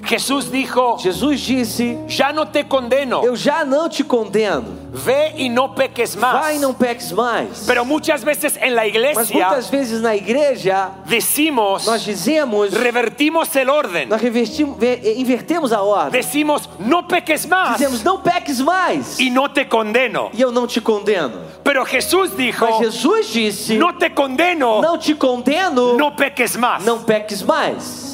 B: Jesús dijo,
C: Jesus disse:
B: ya no te condeno,
C: Eu já não te condeno.
B: ve y no peques más.
C: Vai, não peques mais.
B: Pero muchas veces en la
C: Mas
B: iglesia
C: muitas vezes na igreja
B: decimos,
C: nós dizemos,
B: revertimos el orden,
C: nós revertimos, ve- invertemos a ordem.
B: decimos, no peques más
C: Dizemos: Não peques mais.
B: y no te condeno.
C: E eu não te condeno.
B: Pero Jesús dijo,
C: Mas Jesus disse:
B: no te condeno,
C: Não te condeno,
B: no peques más.
C: não peques mais.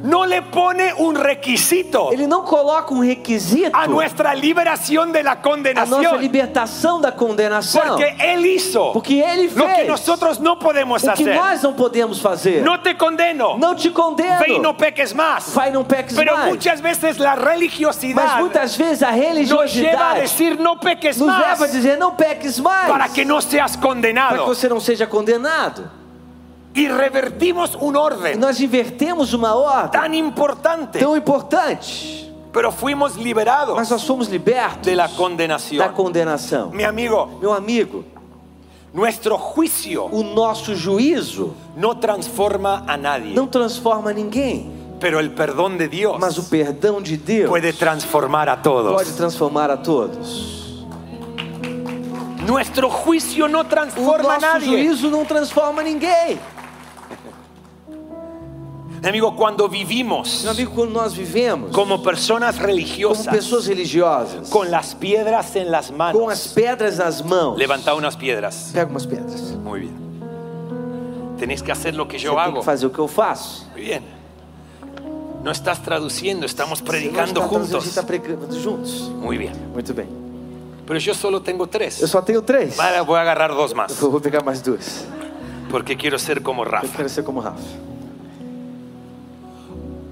B: No, no le pone un requisito
C: Ele não coloca um requisito
B: a nuestra liberación de la
C: à nossa
B: condenación.
C: libertação da condenação.
B: Porque Él hizo
C: Porque Ele
B: lo que
C: fez
B: nosotros no podemos
C: o que
B: hacer.
C: nós não podemos fazer.
B: No te condeno.
C: Não te condeno.
B: Ve y no peques más.
C: Vai, não peques
B: Pero
C: mais.
B: muchas veces la
C: Mas
B: religiosidad
C: muitas vezes a
B: nos lleva a
C: religiosidade
B: decir no peques
C: nos leva a
B: más
C: dizer não peques mais
B: para que no seas
C: para que
B: condenado.
C: você não seja condenado.
B: Y revertimos un
C: E
B: orden
C: nós invertemos uma ordem
B: tan importante,
C: tão importante,
B: pero fuimos
C: mas
B: liberados
C: nós somos libertos
B: de la
C: da
B: condenación.
C: condenação.
B: Mi amigo,
C: Meu amigo,
B: nuestro juicio
C: o nosso juízo
B: no transforma a nadie,
C: não transforma ninguém,
B: pero el perdón de Dios
C: mas o perdão de Deus
B: puede transformar a
C: pode
B: todos.
C: transformar a todos.
B: Nuestro juicio no
C: O
B: transforma a
C: nosso
B: nadie.
C: juízo não transforma ninguém.
B: Mi amigo, cuando vivimos
C: Meu amigo, quando nós vivemos
B: como personas
C: como
B: religiosas,
C: pessoas religiosas,
B: con las piedras en las
C: com as
B: manos,
C: pedras nas mãos,
B: levanta unas piedras.
C: pega umas pedras.
B: Muy bien. Tenés que hacer lo que
C: Você
B: yo
C: tem
B: hago.
C: que fazer o que eu faço.
B: Muy bien. No estás traduciendo, estamos
C: Você
B: predicando
C: não está
B: juntos.
C: Está pregando juntos.
B: Muy bien.
C: Muito bem.
B: Pero yo solo tengo
C: Eu
B: tres.
C: só tenho três.
B: Vale, voy a agarrar dos más.
C: Eu vou pegar mais duas.
B: Porque quiero ser como
C: Eu
B: Rafa.
C: quero ser como Rafa.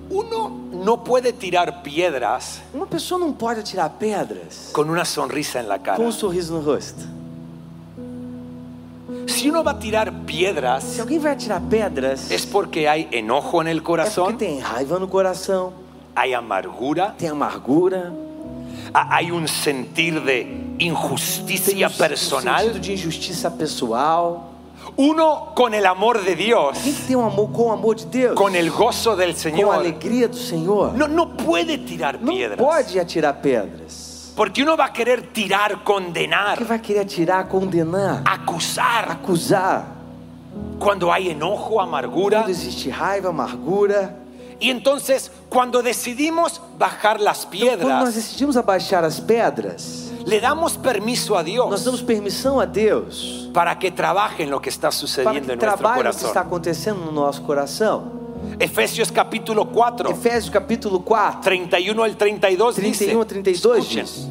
B: Uno no puede tirar piedras
C: Uma pessoa não pode atirar pedras
B: con una sonrisa en la cara.
C: com um sorriso no rosto.
B: Si uno va a tirar
C: Se
B: piedras,
C: alguém vai atirar pedras,
B: es porque hay enojo en el
C: é porque
B: corazón,
C: tem raiva no coração,
B: hay amargura,
C: tem amargura,
B: a- hay un sentir de
C: tem
B: injusticia
C: um- um sentido
B: é personal.
C: de injustiça pessoal.
B: Uno con el amor de Dios,
C: Alguém que tem um amor com o amor de Deus,
B: con el gozo del
C: com a
B: Señor,
C: alegria do Senhor,
B: no, no puede tirar
C: não
B: piedras.
C: pode atirar pedras.
B: Porque uno va a querer tirar,
C: Porque
B: condenar,
C: vai querer atirar, condenar,
B: acusar
C: acusar.
B: cuando hay enojo, amargura.
C: Quando existe raiva, amargura.
B: Y entonces, cuando decidimos bajar las
C: Quando nós
B: piedras,
C: decidimos abaixar as pedras,
B: le damos permiso a
C: nós
B: Dios
C: damos permissão a Deus
B: para que trabaje en lo que está
C: para
B: sucediendo
C: que
B: en nuestro
C: trabalhe o que está
B: corazón.
C: acontecendo no nosso coração.
B: Efesios capítulo 4,
C: Efésios capítulo 4,
B: 31 al 32 dice,
C: 31 a 32
B: escuchen,
C: diz: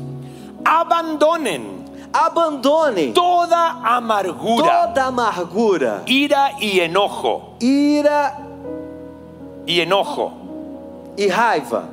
B: abandonen
C: Abandone
B: toda amargura,
C: toda amargura,
B: ira y enojo,
C: ira
B: y enojo,
C: e raiva,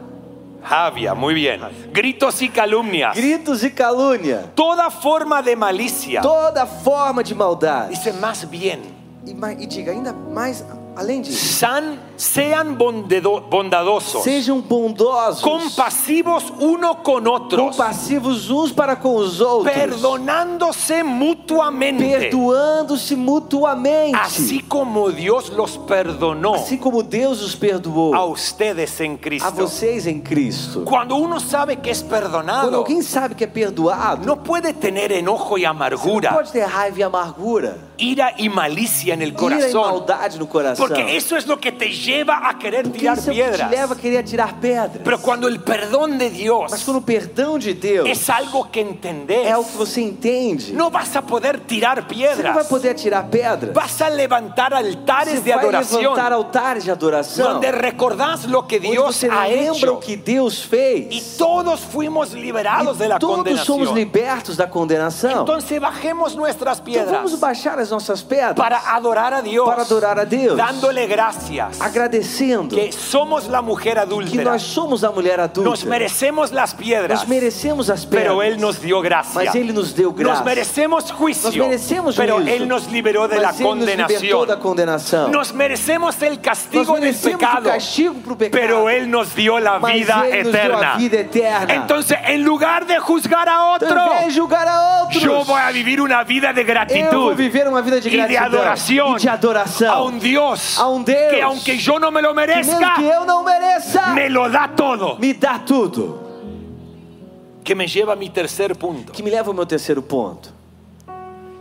B: Javia, muy bien, gritos y calumnias,
C: gritos e calúnia,
B: toda forma de malicia.
C: toda forma de maldade.
B: Dice más bien,
C: E, ma- e diga ainda mais além disso:
B: san- sean bondedo- bondadosos,
C: sejam bondosos,
B: compasivos uno con otros,
C: compassivos uns para com os outros,
B: perdonándose mutuamente,
C: perdoando-se mutuamente.
B: así como Dios los perdonó
C: Assim como Deus os perdoou
B: a ustedes en
C: a
B: Cristo.
C: vocês em Cristo.
B: Cuando uno sabe que es
C: Quando
B: perdonado,
C: alguém sabe que é perdoado,
B: no puede tener enojo y
C: não
B: amargura,
C: pode ter raiva e amargura,
B: ira y malicia en el
C: ira e
B: corazón,
C: maldade no coração.
B: porque eso es lo que te lleva a querer
C: Porque
B: tirar
C: isso é o que te leva a
B: piedras.
C: querer tirar pedras.
B: Pero cuando el perdón de
C: Mas
B: Dios
C: quando o perdão de Deus
B: es algo que
C: é
B: entendés.
C: o que você entende,
B: No vas a poder tirar
C: você não vai
B: piedras.
C: poder atirar pedras.
B: Vas a levantar
C: Você
B: altares de
C: vai
B: adoración
C: levantar altares de adoração,
B: donde recordás lo que
C: onde
B: Dios
C: você
B: ha
C: lembra o
B: hecho.
C: que Deus
B: Y
C: fez.
B: todos fuimos liberados de
C: E
B: la
C: todos somos
B: condenación.
C: libertos da condenação.
B: Entonces bajemos nuestras
C: Então
B: piedras
C: vamos baixar as nossas pedras
B: para adorar a Dios,
C: para adorar a Deus,
B: dándole gracias
C: agradecendo.
B: que somos la mujer
C: que
B: adúltera.
C: nós somos a mulher
B: Nos
C: adulta.
B: merecemos las piedras,
C: Nós merecemos as pedras.
B: pero Él nos dio gracia.
C: Mas Ele nos deu graça.
B: Nos merecemos
C: Nós
B: juicio,
C: merecemos
B: pero
C: juízo.
B: Él nos liberó de la
C: Mas Ele nos libertou
B: condenación.
C: da condenação.
B: Nos merecemos el
C: Nós
B: castigo del
C: merecemos o
B: pecado,
C: castigo pro pecado.
B: pero Él nos dio la
C: mas
B: vida
C: Ele nos deu a
B: eterna.
C: vida eterna.
B: Entonces, en lugar de juzgar a otro,
C: Então, em vez de julgar a outros.
B: yo voy a vivir una vida de
C: eu vou
B: gratitud
C: viver uma vida de
B: y de
C: gratidão
B: adoración
C: e de adoração.
B: a un Dios
C: A un Dios.
B: que aunque yo no me lo
C: Que mesmo
B: merezca,
C: que eu não mereça,
B: me lo da todo.
C: me dá tudo.
B: Que me lleva a mi tercer punto.
C: Que me leva ao meu terceiro ponto.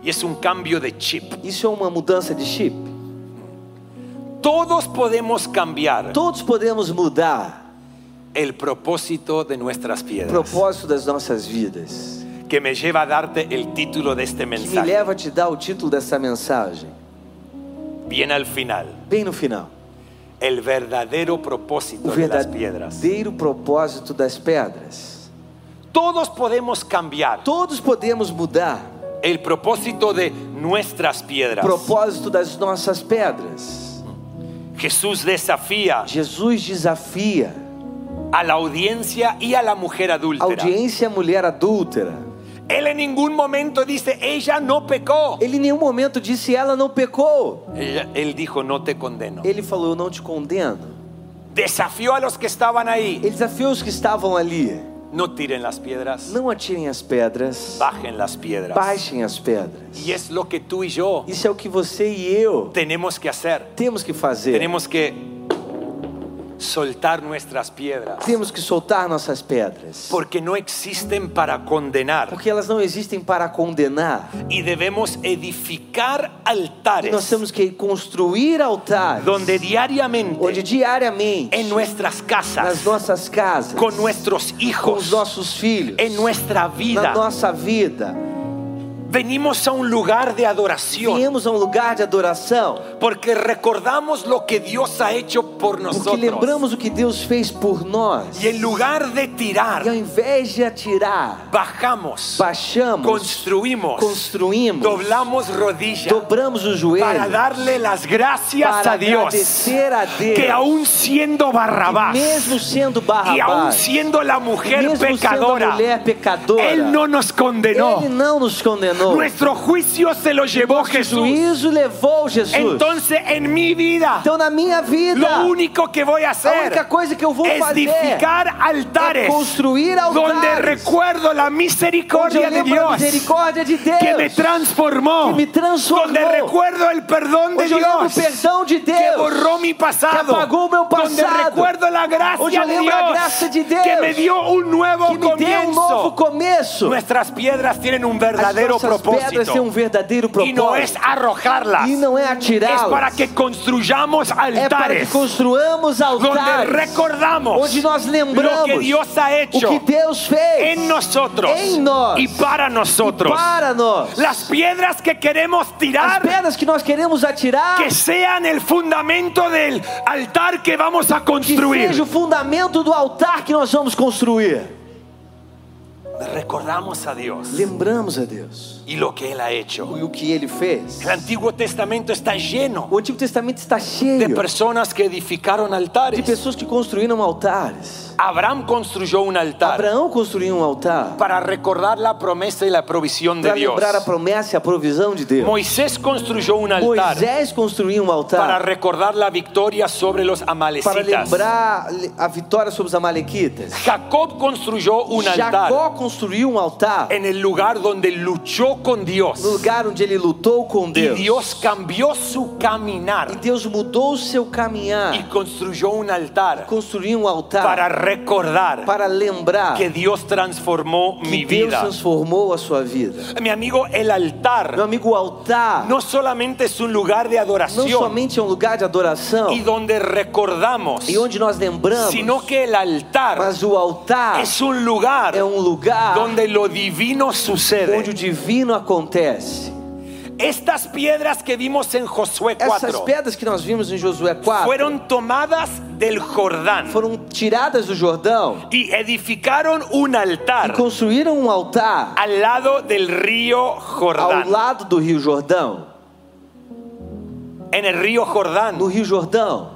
B: Y es un cambio de chip.
C: Isso é uma mudança de chip.
B: Todos podemos cambiar
C: Todos podemos mudar
B: el propósito de nuestras
C: o
B: piedras.
C: propósito das nossas vidas.
B: Que me lleva a darte el título de este
C: que me
B: mensaje.
C: leva a te dar o título dessa mensagem,
B: Bien al final.
C: bem no final.
B: el verdadero propósito
C: o
B: de las piedras.
C: verdadeiro propósito das pedras.
B: Todos podemos cambiar
C: Todos podemos mudar
B: el propósito de nuestras
C: o
B: piedras.
C: propósito das nossas pedras.
B: Jesús desafía
C: Jesus desafia
B: a la audiencia y a la mujer
C: a
B: adúltera.
C: audiência mulher adúltera.
B: Él en ningún momento dice, ella no pecó.
C: Ele em nenhum momento disse ela não pecou.
B: Él, él dijo, no te condeno.
C: Ele falou eu não te condeno.
B: Desafió a los que estaban ahí.
C: Ele desafiou os que estavam ali.
B: No tiren las piedras,
C: Não atirem as pedras.
B: bajen las piedras.
C: Baixem as pedras.
B: Y es lo que tú y yo
C: Isso é o que você e eu
B: tenemos que hacer.
C: temos que fazer.
B: Tenemos que soltar nuestras piedras.
C: Temos que soltar nossas pedras.
B: Porque no existen para condenar.
C: Porque elas não existem para condenar.
B: Y debemos edificar
C: E nós
B: altares
C: temos que construir altares
B: donde
C: onde
B: diariamente,
C: diariamente
B: en nuestras
C: nas
B: casas,
C: nossas casas,
B: con nuestros
C: com os
B: hijos,
C: nossos filhos,
B: en nuestra
C: na
B: vida,
C: nossa vida,
B: venimos a un lugar de adoración.
C: viemos a um lugar de adoração,
B: Porque recordamos lo que Dios ha hecho por
C: porque
B: nosotros.
C: lembramos o que Deus fez por nós.
B: Y en lugar de
C: E ao
B: tirar,
C: invés de atirar,
B: bajamos,
C: baixamos,
B: construimos,
C: construímos,
B: doblamos rodillas
C: dobramos os joelhos
B: para darle las gracias
C: para
B: a Dios
C: agradecer a Deus.
B: que aún siendo Barrabás
C: mesmo sendo
B: y aún
C: Barrabás,
B: siendo la mujer
C: mesmo sendo a
B: pecadora,
C: mulher pecadora,
B: Él no nos
C: ele
B: condenó.
C: não nos condenou.
B: Nuestro juicio se lo llevó Jesús.
C: juízo levou Jesus.
B: Entonces en mi vida
C: então na minha vida,
B: lo único que voy a
C: a
B: hacer
C: única coisa que eu vou
B: es
C: fazer
B: edificar
C: é
B: altares
C: construir
B: donde
C: altares
B: recuerdo la
C: onde eu
B: misericordia de
C: lembro da
B: Dios
C: é misericórdia de Deus.
B: que me transformó,
C: que me transformou.
B: donde recuerdo el perdón de
C: onde eu lembro o
B: Dios
C: perdão de Deus.
B: que borró mi pasado,
C: que apagó meu
B: donde
C: passado,
B: recuerdo la
C: Onde eu
B: gracia de
C: lembro a graça
B: Dios
C: de Deus.
B: que me dio un nuevo
C: que me deu um novo
B: comienzo.
C: começo.
B: Nuestras piedras tienen un
C: As
B: verdadero
C: nossas pedras têm
B: propósito
C: um verdadeiro
B: y no es
C: propósito.
B: arrojarlas,
C: E não é
B: es
C: atirá-las.
B: para que construyamos
C: É para que
B: altares
C: construamos
B: donde
C: altares.
B: recordamos
C: onde nós
B: lo
C: lembramos
B: que Dios ha
C: o
B: hecho
C: que Deus fez
B: en nosotros
C: em nós
B: y para nosotros.
C: para nós.
B: Las piedras que queremos
C: As
B: tirar
C: pedras que nós queremos atirar
B: que sean el fundamento del altar que vamos a
C: que seja o
B: construir.
C: fundamento do altar que nós vamos construir.
B: Recordamos a Dios
C: Lembramos a Deus
B: y lo que Él ha hecho.
C: e o que Ele fez.
B: El Antiguo Testamento está lleno
C: O Antigo Testamento está
B: de
C: cheio
B: personas que edificaron
C: de
B: altares.
C: pessoas que construíram altares.
B: Abraham construyó un altar
C: Abraão construiu um altar
B: para recordar la promesa y la provisión de
C: para
B: Dios.
C: lembrar a promessa e a provisão de Deus.
B: Moisés construyó un altar
C: Moisés construiu um
B: para
C: altar
B: recordar la victoria sobre los
C: para
B: amalecitas.
C: lembrar a vitória sobre os amalequitas.
B: Jacob construyó un Um altar É
C: Jacó construiu um altar
B: en el lugar donde luchó con
C: no
B: Dios.
C: lugar onde ele lutou com
B: Y
C: Deus.
B: Dios cambió su
C: E
B: caminar
C: Deus mudou o seu
B: y
C: caminhar,
B: construyó un altar
C: construiu um altar
B: para recordar
C: para lembrar
B: que Dios transformó mi
C: que Deus
B: vida.
C: transformou a sua vida.
B: Mi amigo, el
C: Meu
B: altar
C: amigo, o altar não,
B: no solamente es un lugar de adoración
C: somente é um lugar de adoração
B: y donde recordamos,
C: e onde nós lembramos,
B: sino que el altar
C: mas o altar
B: es un lugar
C: é um lugar
B: donde lo divino
C: onde o
B: sucede.
C: divino acontece.
B: Estas piedras que vimos en Josué
C: Essas
B: 4
C: pedras que nós vimos em Josué 4
B: fueron tomadas del Jordán
C: foram tiradas do Jordão
B: y edificaron un altar
C: e construíram um altar
B: al lado del río
C: ao
B: Jordán.
C: lado do Rio Jordão.
B: En el río Jordán,
C: No Rio Jordão,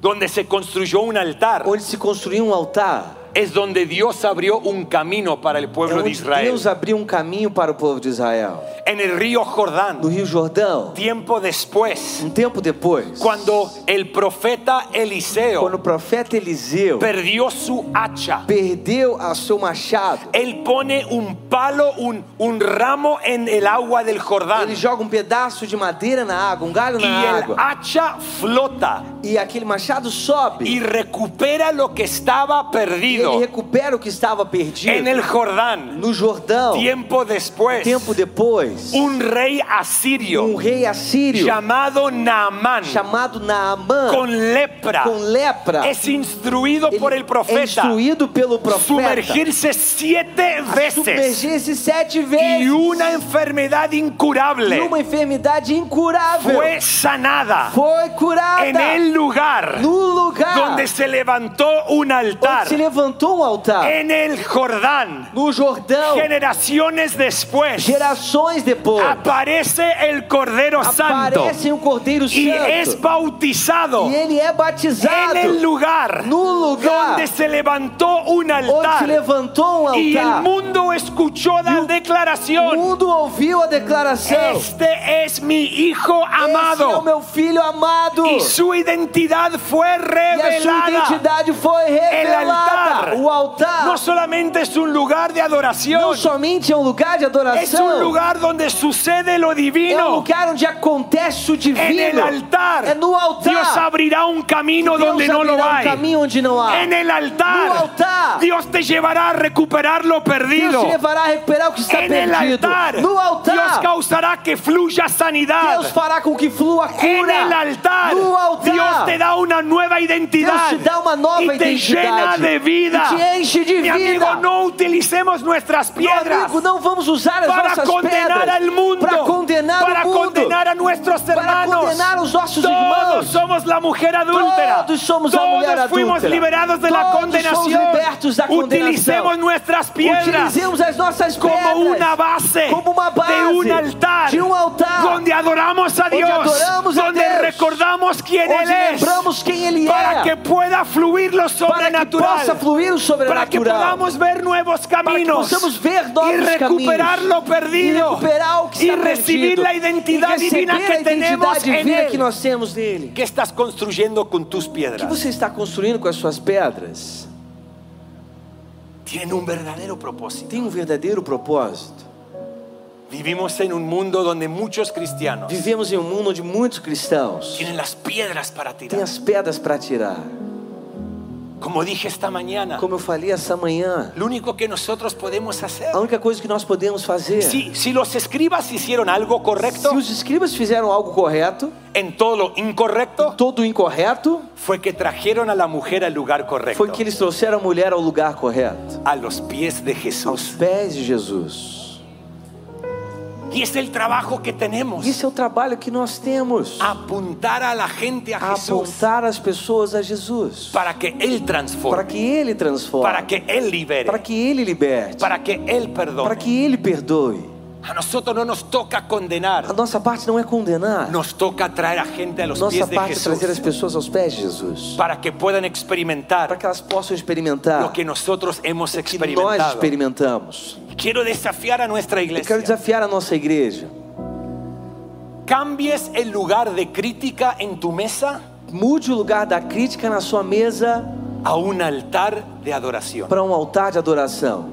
B: donde se construyó un altar,
C: onde se construiu um altar,
B: es donde Dios abrió un camino para el
C: é
B: pueblo de
C: onde
B: Israel.
C: Deus abriu um caminho para o povo de Israel.
B: En el río Jordán,
C: No Rio Jordão,
B: tiempo después,
C: um tempo depois,
B: cuando el profeta
C: quando o
B: Eliseo
C: profeta Eliseu
B: perdió su hacha,
C: perdeu a seu machado,
B: él pone un palo, un, un ramo en el agua del Jordán
C: ele joga um pedaço de madeira na água, um galho
B: y
C: na
B: el
C: água,
B: hacha flota
C: e aquele machado sobe
B: y recupera lo que estaba
C: e
B: perdido
C: ele recupera o que estava perdido.
B: en el Jordán.
C: No Jordão, um
B: Tiempo después,
C: tempo depois, nações.
B: un rey asirio
C: Um rei assírio
B: llamado Naamán
C: chamado Naamã
B: con lepra
C: com lepra.
B: es instruido
C: ele
B: por el
C: é
B: profeta
C: instruído pelo profeta
B: sumergirse siete
C: a
B: veces
C: submergir-se sete vezes.
B: y una enfermedad
C: E
B: incurable
C: uma enfermidade incurável
B: fue sanada
C: foi curada
B: en el lugar
C: no lugar
B: donde se levantó un altar
C: onde se levantou um altar
B: en el Jordán.
C: no Jordão.
B: Generaciones después
C: Gerações depois
B: aparece el Cordero Santo
C: aparece um cordeiro
B: y
C: santo
B: es bautizado
C: e ele é
B: en
C: batizado
B: el lugar
C: no lugar
B: donde se levantó un
C: onde se
B: altar
C: levantou um
B: y el
C: altar.
B: mundo escuchó la
C: O
B: declaración.
C: mundo ouviu a declaração.
B: Este es mi hijo
C: Esse é o
B: amado
C: meu filho amado.
B: y su identidad fue
C: E a sua
B: é revelada. É
C: identidade foi revelada.
B: altar.
C: O altar
B: No solamente es un lugar de
C: não
B: adoración,
C: somente é um lugar de
B: es un
C: adoração,
B: lugar donde sucede lo
C: é um
B: divino.
C: lugar onde acontece o
B: En el
C: divino.
B: altar,
C: É no altar.
B: Dios abrirá un camino
C: Deus
B: donde no lo
C: abrirá um
B: hay.
C: caminho onde não há.
B: En el
C: No
B: altar,
C: altar.
B: Dios te llevará a recuperar lo
C: Deus
B: perdido.
C: te levará a recuperar o que está
B: En el
C: perdido.
B: É altar,
C: no
B: Dios
C: altar,
B: causará que fluya sanidad.
C: Deus fará com que flua a
B: En
C: cura.
B: el altar,
C: no altar,
B: Dios te da una nueva identidad
C: Deus te dá uma nova
B: y te llena
C: identidade.
B: de vida.
C: E te enche de
B: Mi
C: vida.
B: amigo, no utilicemos nuestras
C: Meu
B: piedras
C: amigo, não vamos usar as
B: para
C: nossas
B: condenar
C: pedras
B: al mundo,
C: para condenar
B: para
C: o mundo,
B: condenar a nuestros hermanos.
C: condenar os nossos
B: Todos
C: irmãos.
B: somos la mujer adúltera.
C: Todos somos a
B: Todos
C: mulher
B: fuimos
C: adúltera.
B: liberados de la
C: Todos
B: condenación.
C: somos libertos da condenação.
B: Utilicemos nuestras piedras
C: utilizemos as nossas pedras
B: como una base,
C: como uma base
B: de un altar,
C: de um altar
B: donde adoramos a
C: Onde
B: Dios,
C: adoramos a
B: donde
C: Deus.
B: recordamos quién
C: onde
B: Él es,
C: lembramos quem Ele
B: para
C: é
B: que pueda fluir lo
C: para que
B: sobrenatural,
C: possa fluir o
B: para que
C: sobrenatural
B: podamos ver nuevos
C: para que
B: caminos
C: possamos ver
B: y
C: novos
B: recuperar
C: caminhos
B: lo perdido
C: e recuperar o que
B: y
C: está
B: recibir
C: perdido,
B: la identidad
C: e receber
B: divina
C: a
B: que tenemos
C: identidade
B: en
C: divina que
B: Él.
C: nós temos nele
B: ¿Qué estás construyendo con tus
C: o que
B: piedras?
C: você está construindo com as suas pedras
B: Tienen un verdadero propósito.
C: tem um verdadeiro propósito
B: Vivimos en un mundo donde muchos cristianos
C: vivemos em um mundo onde muitos cristãos
B: tienen las piedras para
C: têm
B: tirar.
C: as pedras para tirar
B: Como dije esta mañana,
C: como eu falei essa manhã
B: lo único que nosotros podemos hacer.
C: a única coisa que nós podemos fazer
B: Si, si los escribas hicieron algo correcto,
C: se os escribas fizeram algo correto
B: en todo lo incorrecto,
C: todo o incorreto
B: fue que trajeron a la mujer al lugar correcto,
C: foi que eles trouxeram a mulher ao lugar correto,
B: a los pies de
C: aos
B: Jesús.
C: pés de Jesus.
B: Y es el trabajo que tenemos,
C: Isso é o trabalho que nós temos:
B: apuntar a la gente a Jesús
C: apontar as pessoas a Jesus,
B: para que Él
C: para
B: transforme,
C: que Ele
B: para
C: transforme,
B: que Él libere,
C: para que Ele liberte,
B: para que Él
C: para
B: perdone.
C: que Ele perdoe.
B: A nosotros no nos toca
C: A
B: condenar,
C: nossa parte não é condenar,
B: nos toca traer a gente a los
C: nossa
B: pies de
C: parte é trazer as
B: Jesús
C: pessoas aos pés de Jesus,
B: para que puedan experimentar
C: para que elas possam experimentar
B: lo que nosotros hemos
C: o que nós
B: experimentado.
C: experimentamos.
B: Quiero desafiar a nuestra
C: Eu quero
B: iglesia.
C: desafiar a nossa igreja.
B: Cambies el lugar de crítica en tu mesa
C: Mude o lugar da crítica na sua mesa
B: a un altar de adoración.
C: para um altar de adoração.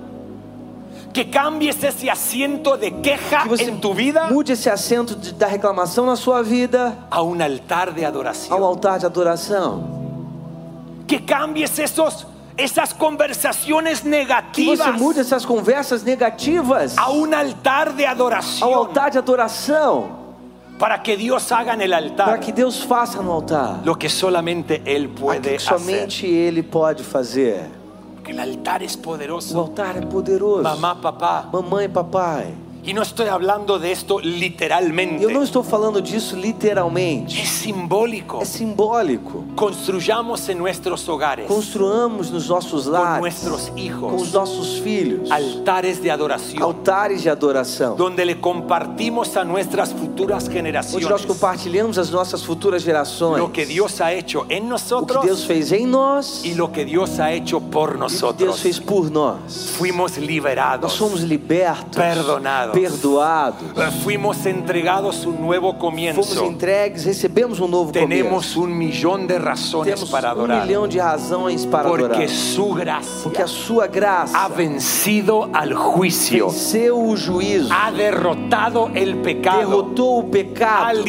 B: Que cambies ese asiento de queja
C: que você
B: en tu Ah, vida
C: mude esse assento de- da reclamação na sua vida
B: a un altar de
C: ao
B: adoración.
C: altar de adoração.
B: Que cambies esos esas conversaciones
C: Que você mude
B: negativas
C: essas conversas negativas
B: a un altar de
C: ao
B: adoración
C: altar de adoração,
B: para que Dios haga en el
C: para
B: altar
C: que Deus faça no altar
B: lo que solamente Él
C: aquilo
B: puede
C: que
B: hacer.
C: somente Ele pode fazer.
B: Porque el altar es
C: O
B: poderoso.
C: altar é poderoso.
B: Mamá, papá.
C: Mamãe, papai.
B: Y no estoy hablando de esto
C: Eu não
B: literalmente.
C: estou falando disso literalmente.
B: Es simbólico.
C: É simbólico.
B: Construyamos en nuestros hogares,
C: Construamos nos nossos
B: con
C: lares,
B: nuestros
C: com os
B: hijos,
C: nossos filhos,
B: altares de adoración,
C: altares de adoração.
B: donde le compartimos a nuestras futuras
C: onde nós
B: generaciones
C: compartilhamos as nossas futuras gerações.
B: lo que Dios ha hecho en
C: o que Deus
B: nosotros
C: fez em nós
B: y lo que Dios ha hecho por
C: e o que Deus fez
B: nosotros.
C: por nós.
B: Fuimos
C: Nós
B: liberados,
C: somos libertos,
B: Perdonados.
C: perdoados,
B: fuimos entregados un nuevo
C: fomos
B: comienzo.
C: entregues, recebemos um novo
B: Tenemos un millón de
C: começo.
B: razones
C: Temos
B: para
C: um
B: adorar,
C: milhão de razões para adorar,
B: porque su gracia
C: porque a sua graça
B: ha vencido al juicio.
C: venceu o juízo,
B: ha derrotado el pecado,
C: derrotou o
B: ha
C: pecado,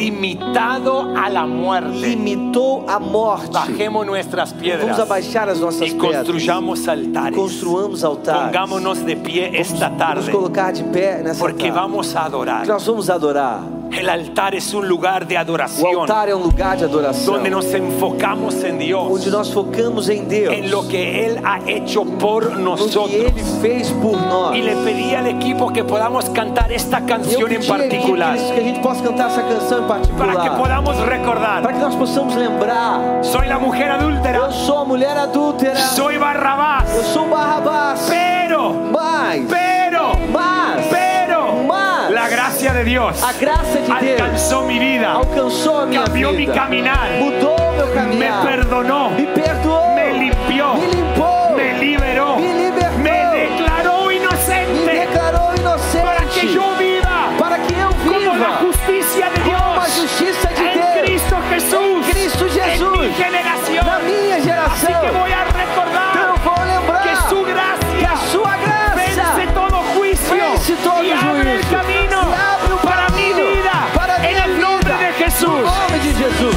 B: limitado a la muerte.
C: limitou a morte.
B: Bajemos nuestras
C: Vamos
B: piedras
C: abaixar as nossas
B: y
C: pedras,
B: construyamos altares.
C: construamos altares,
B: Pongámonos de pie esta
C: vamos
B: tarde,
C: colocar de pé nessa
B: porque
C: apresentar.
B: vamos a
C: Que
B: adorar.
C: Nós vamos adorar.
B: El altar es un lugar de
C: O
B: adoración
C: altar é um lugar de adoração.
B: donde nos enfocamos en
C: Onde
B: Dios,
C: nós focamos em Deus.
B: en lo que Él ha hecho por
C: No que
B: nosotros.
C: Ele fez por nós.
B: Y le pedí al equipo que podamos cantar esta
C: Eu
B: canción en
C: pedi à equipe
B: particular
C: que a gente possa cantar essa canção em
B: para que
C: particular.
B: podamos recordar.
C: Para que nós possamos lembrar.
B: Soy la mujer
C: Eu
B: adúltera,
C: sou a mulher adúltera.
B: soy
C: Eu
B: Barrabás,
C: sou um Barrabás.
B: pero,
C: Mas,
B: pero,
C: mas,
B: pero,
C: mas,
B: la gracia de Dios
C: a graça de Deus
B: alcanzó mi vida,
C: alcançou a minha
B: cambió mi
C: vida.
B: caminar,
C: Mudou meu
B: me
C: caminhar.
B: perdonó,
C: Me perdoou.
B: me limpió,
C: Me limpou.
B: me liberó,
C: Me libertó.
B: me declaró
C: Me
B: inocente
C: declarou inocente.
B: para que yo viva
C: para que eu
B: como la
C: viva
B: justicia de
C: como a
B: Dios.
C: justiça de
B: en
C: Deus
B: Cristo Jesús,
C: En Cristo Jesús.
B: en mi generación.
C: na minha
B: Así
C: geração.
B: Assim que voy a
C: Então
B: recordar
C: vou lembrar
B: que su
C: que a
B: gracia
C: sua
B: vence
C: graça
B: todo juicio
C: vence todo
B: y abre el
C: juízo
B: camino
C: e abre o
B: para mi
C: caminho
B: vida
C: para a minha
B: en el nombre
C: vida.
B: de Jesús.
C: No nome de Jesus.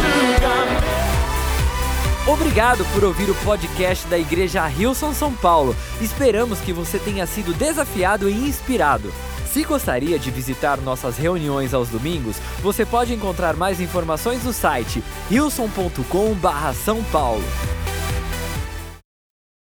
A: Obrigado por ouvir o podcast da Igreja Hilson São Paulo. Esperamos que você tenha sido desafiado e inspirado. Se gostaria de visitar nossas reuniões aos domingos, você pode encontrar mais informações no site hilson.com/são paulo.